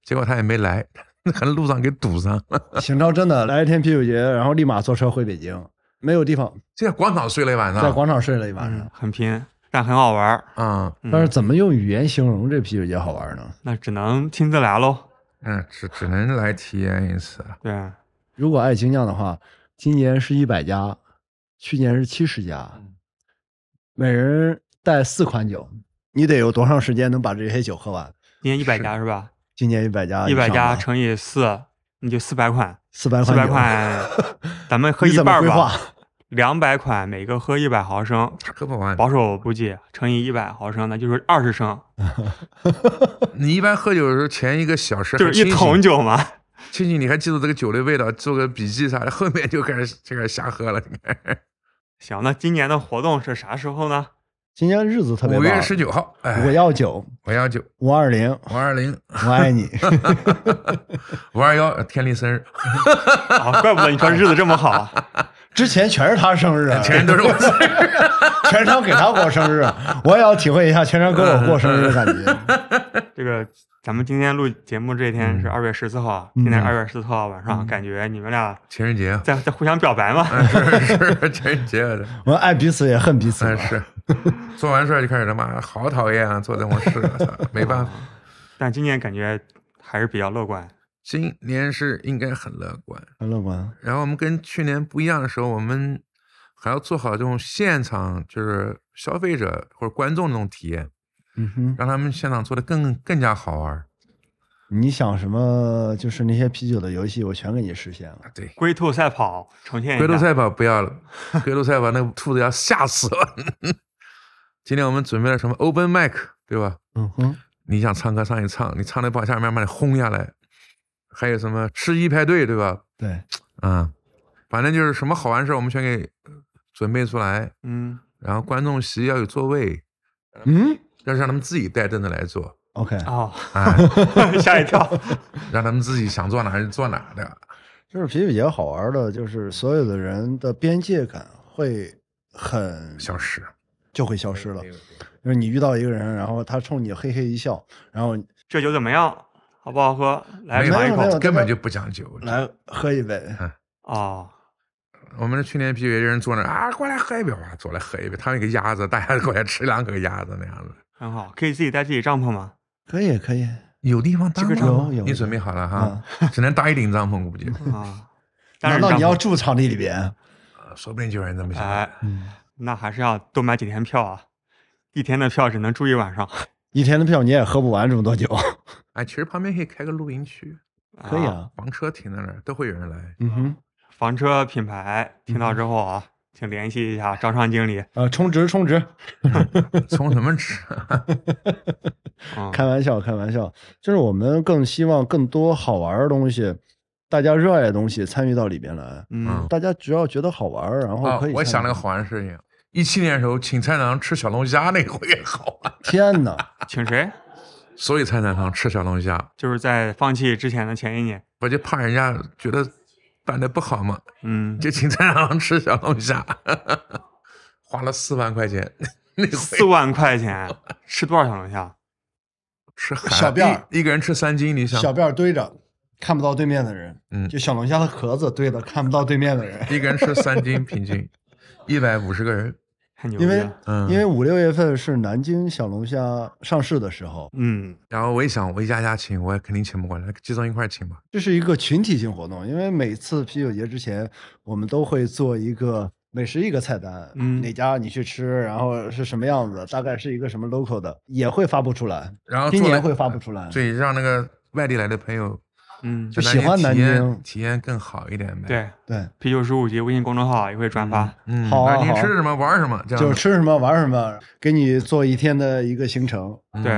Speaker 3: 结果他也没来， 可能路上给堵上了。
Speaker 4: 邢超真的来一天啤酒节，然后立马坐车回北京，没有地方，
Speaker 3: 在广场睡了一晚
Speaker 2: 啊
Speaker 3: 上，
Speaker 4: 在广场睡了一晚上
Speaker 2: 嗯。，很拼，但很好玩儿。
Speaker 3: 啊，
Speaker 2: 嗯
Speaker 4: 但是怎么用语言形容这啤酒节好玩呢？
Speaker 2: 那只能亲自来喽。
Speaker 3: 嗯，只只能来体验一次。啊
Speaker 2: 对，
Speaker 4: 如果爱精酿的话，今年是一百家，去年是七十家，
Speaker 2: 嗯
Speaker 4: 每人带四款酒，你得有多长时间能把这些酒喝完？
Speaker 2: 今年一百家是吧？
Speaker 4: 今年一百家啊以
Speaker 2: 一
Speaker 4: 上吧，
Speaker 2: 百家乘以四，你就四百款，
Speaker 4: 四百
Speaker 2: 四百
Speaker 4: 款，
Speaker 2: 款，咱们喝
Speaker 4: 你
Speaker 2: 一
Speaker 4: 怎么
Speaker 2: 半
Speaker 4: 规
Speaker 2: 吧
Speaker 4: 划，
Speaker 2: 两百款，每个喝一百毫升，
Speaker 3: 喝不完，
Speaker 2: 保守估计乘以一百毫升，那就是二十升，
Speaker 3: 你一般喝酒的时候前一个小时
Speaker 2: 就是一桶
Speaker 3: 酒，
Speaker 2: 酒嘛。
Speaker 3: 清醒你还记住这个酒的味道，做个笔记啥的，后面就开始就开始瞎喝了。
Speaker 2: 行，那今年的活动是啥时候呢？
Speaker 4: 今年日子特别
Speaker 3: 五
Speaker 4: 棒。
Speaker 3: 月十，九号，
Speaker 4: 我
Speaker 3: 哎，
Speaker 4: 要酒，
Speaker 3: 我要酒，
Speaker 4: 五二零，
Speaker 3: 五二零，
Speaker 4: 我爱你。
Speaker 3: 五二幺，天利生日，
Speaker 2: 啊，怪不得你说日子这么好，啊
Speaker 4: 之前全是他生日啊，
Speaker 3: 全都是我生日。
Speaker 4: 全场给他过生日，啊我也要体会一下全场给我过生日的感觉。
Speaker 2: 这个。咱们今天录节目这一天
Speaker 4: 嗯
Speaker 2: 是二月十四号啊，今天二月十四号晚上，感觉你们俩
Speaker 3: 情人 节，啊
Speaker 2: 在在互相表白嘛？
Speaker 4: 嗯
Speaker 3: 是是情人节的，
Speaker 4: 我们爱彼此也恨彼此
Speaker 3: 嗯哎
Speaker 4: 吧，
Speaker 3: 是。做完事儿就开始他妈好讨厌啊，做这种事啊，操没办 法。
Speaker 2: 但今年感觉还是比较乐观，
Speaker 3: 今年是应该很乐观，
Speaker 4: 很乐观。
Speaker 3: 然后我们跟去年不一样的时候，我们还要做好这种现场，就是消费者或者观众那种体验，
Speaker 4: 嗯哼，
Speaker 3: 让他们现场做的更更加好玩儿。
Speaker 4: 你想什么？就是那些啤酒的游戏，我全给你实现了。
Speaker 3: 啊对，
Speaker 2: 龟兔赛跑重现一下。
Speaker 3: 龟兔赛跑不要了，龟兔赛跑那个兔子要吓死了。 今天我们准备了什么 open mic，对吧？
Speaker 4: 嗯哼，
Speaker 3: 你想唱歌上去唱，你唱的不好，下面慢慢的轰下来。还有什么吃鸡派对，对吧？
Speaker 4: 对，
Speaker 3: 嗯，反正就是什么好玩事儿，我们全给准备出来。
Speaker 2: 嗯，
Speaker 3: 然后观众席要有座位，
Speaker 4: 嗯
Speaker 3: 要让他们自己带凳子来坐，
Speaker 4: ，OK，
Speaker 2: 哦，
Speaker 3: 啊，
Speaker 2: 吓一跳。
Speaker 3: 让他们自己想坐哪儿就坐哪儿的。
Speaker 4: 就是啤酒节好玩的，就是所有的人的边界感会很
Speaker 3: 小时
Speaker 4: 就会消失了。就是你遇到一个人，然后他冲你嘿嘿一笑，然后
Speaker 2: 这酒怎么样？好不好喝？来
Speaker 3: 没有
Speaker 2: 尝一
Speaker 4: 没有
Speaker 2: 口。
Speaker 3: 根本就不讲究。
Speaker 4: 来喝一杯，
Speaker 2: 哦，
Speaker 3: 我们去年啤酒节人坐那儿啊，过来喝一杯吧，坐来喝一杯。他们一个鸭子，大家过来吃两口鸭子那样子。
Speaker 2: 很好，可以自己带自己帐篷吗？
Speaker 4: 可以可以。
Speaker 3: 有地方搭
Speaker 4: 这个帐篷
Speaker 3: 吗？
Speaker 4: 有有嗯
Speaker 3: 你准备好了哈？只能搭一顶帐篷，估计，
Speaker 2: 啊，当
Speaker 4: 难
Speaker 2: 然
Speaker 4: 道
Speaker 2: 帐
Speaker 4: 你要
Speaker 2: 篷。
Speaker 4: 住场地里边？
Speaker 3: 呃说不定就有人这么想。
Speaker 2: 哎，
Speaker 4: 嗯，
Speaker 2: 那还是要多买几天票啊！一天的票只能住一晚上。
Speaker 4: 一天的票你也喝不完这 么多酒。
Speaker 3: 哎，其实旁边可以开个露营区，
Speaker 4: 可以啊，
Speaker 3: 房车停在那儿都会有人来。
Speaker 4: 嗯哼，
Speaker 2: 房车品牌听到之后啊，请联系一下招商经理。
Speaker 4: 呃，充值充值，
Speaker 3: 充什么值？
Speaker 4: 哦
Speaker 2: 嗯，
Speaker 4: 开玩笑开玩笑，就是我们更希望更多好玩的东西，大家热爱的东西参与到里边来。
Speaker 2: 嗯
Speaker 3: 嗯，
Speaker 4: 大家只要觉得好玩儿，然
Speaker 3: 啊
Speaker 4: 后可以参与、，
Speaker 3: 我想了个好玩的事情。一七年的时候，请菜场吃小龙虾那回也好玩，
Speaker 4: 天哪！
Speaker 2: 请谁？
Speaker 3: 所以菜场堂吃小龙虾，
Speaker 2: 就是在放弃之前的前一年。
Speaker 3: 我就怕人家觉得办的不好嘛，
Speaker 2: 嗯，
Speaker 3: 就请菜场堂吃小龙虾， 花了四万块钱，那回
Speaker 2: 四万块钱吃多少小龙虾？
Speaker 3: 吃海
Speaker 4: 小辫儿
Speaker 3: 一一个人吃三斤，你想
Speaker 4: 小辫儿堆着，看不到对面的人，
Speaker 3: 嗯
Speaker 4: 就小龙虾的壳子堆着，看不到对面的人。
Speaker 3: 一个人吃三斤，平均一百五十个人。
Speaker 2: 太牛逼
Speaker 4: 因为
Speaker 2: 了。
Speaker 3: 嗯，
Speaker 4: 因为五六月份是南京小龙虾上市的时候，
Speaker 2: 嗯，
Speaker 3: 然后我一想，我一家家请，我也肯定请不过来，集中一块儿请吧。
Speaker 4: 这是一个群体性活动。因为每次啤酒节之前，我们都会做一个美食一个菜单，
Speaker 2: 嗯
Speaker 4: 哪家你去吃，然后是什么样子，大概是一个什么 local 的，也会发布出来。
Speaker 3: 然后
Speaker 4: 今
Speaker 3: 啊做
Speaker 4: 年
Speaker 3: 了呃
Speaker 4: 会发布出来，
Speaker 3: 所以让那个外地来的朋友
Speaker 2: 嗯，
Speaker 4: 就
Speaker 3: 在
Speaker 4: 喜欢
Speaker 3: 南
Speaker 4: 南
Speaker 3: 体验
Speaker 4: 京
Speaker 3: 体验更好一点呗。，
Speaker 2: 对，
Speaker 4: 对，
Speaker 2: 啤酒十五级微信公众号也会转发。
Speaker 3: 嗯，
Speaker 4: 好啊
Speaker 3: 南京
Speaker 4: 好啊
Speaker 3: 吃什么玩什么，这样
Speaker 4: 就
Speaker 3: 的
Speaker 4: 是吃什么玩什么，给你做一天的一个行程。
Speaker 3: 嗯
Speaker 2: 对，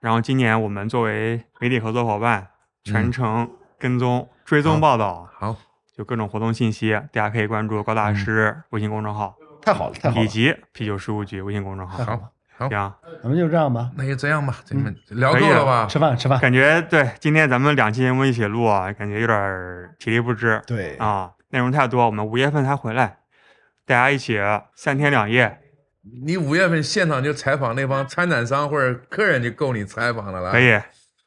Speaker 2: 然后今年我们作为媒体合作伙伴，全程跟踪、追踪报道，啊
Speaker 3: 好，
Speaker 2: 就各种活动信息，大家可以关注高大师微信公众号
Speaker 4: 太好了，嗯太好
Speaker 2: 以
Speaker 4: 了，
Speaker 2: 及啤酒十五局微信公众号。
Speaker 3: 好，好
Speaker 2: 行，
Speaker 4: 咱们就这样吧，
Speaker 3: 那就这样吧，咱们
Speaker 4: 嗯
Speaker 3: 聊
Speaker 2: 可
Speaker 3: 够
Speaker 2: 以
Speaker 3: 了
Speaker 2: 了
Speaker 3: 吧？
Speaker 4: 吃饭吃饭。
Speaker 2: 感觉对，今天咱们两期节目一起录啊，感觉有点儿体力不支
Speaker 4: 对，
Speaker 2: 啊，内容太多，我们五月份才回来，大家一起三天两夜
Speaker 3: 你五月份现场就采访那帮参展商或者客人就够你采访
Speaker 4: 啊
Speaker 3: 的了。
Speaker 2: 可，以。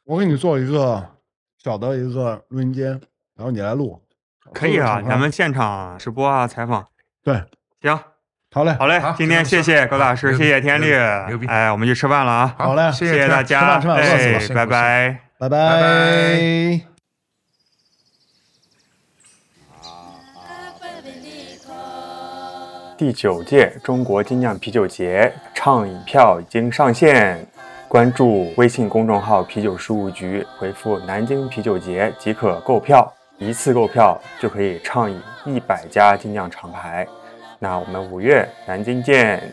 Speaker 4: 我给你做一个小的一个录音间，然后你来录。
Speaker 2: 可以啊，
Speaker 4: 录个场
Speaker 2: 咱们现场直播啊，采访。
Speaker 4: 对，
Speaker 2: 行，
Speaker 4: 好嘞，
Speaker 2: 好嘞
Speaker 3: 好，
Speaker 2: 今天谢
Speaker 3: 行行
Speaker 2: 谢高大师，
Speaker 3: 牛
Speaker 2: 谢
Speaker 3: 逼
Speaker 2: 谢天
Speaker 3: 牛
Speaker 2: 力
Speaker 3: 逼牛逼，
Speaker 2: 哎，我们去吃饭了啊，
Speaker 4: 好嘞
Speaker 3: 谢
Speaker 2: 谢
Speaker 3: 天
Speaker 2: 大家，
Speaker 4: 饭吃饭饿死
Speaker 2: 哎
Speaker 4: 了
Speaker 3: 辛，
Speaker 2: 拜
Speaker 3: 苦辛苦
Speaker 2: 拜。
Speaker 3: 拜
Speaker 4: 拜
Speaker 3: 拜
Speaker 4: 拜
Speaker 2: 第九届中国精酿啤酒节畅饮票已经上线，关注微信公众号“啤酒事务局”，回复“南京啤酒节”即可购票，一次购票就可以畅饮一百家精酿厂牌。那我们五月南京见！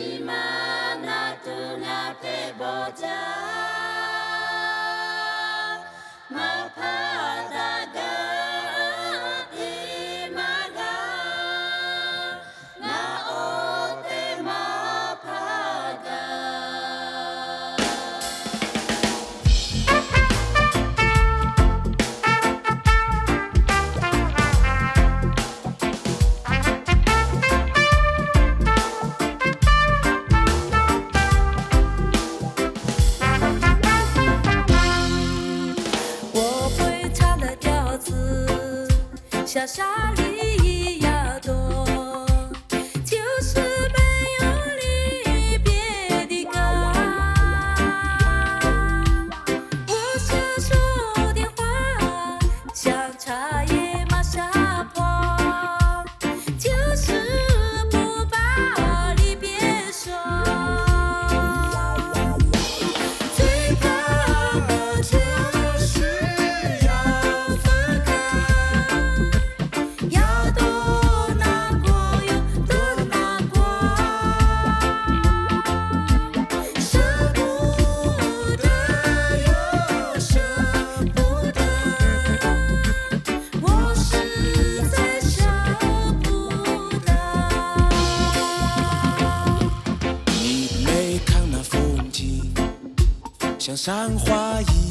Speaker 5: Dimana tunapiboja mapadaga imaga na ote mapaga.
Speaker 6: 我会唱的调子像沙粒一样多，就是没有离别的歌。我想说的话像茶叶马上跑，就是不把离别说。最怕的就是要分开，要多难过有多难过，舍不得又舍不得，我实在舍不得。
Speaker 7: 你没看那风景，像山花一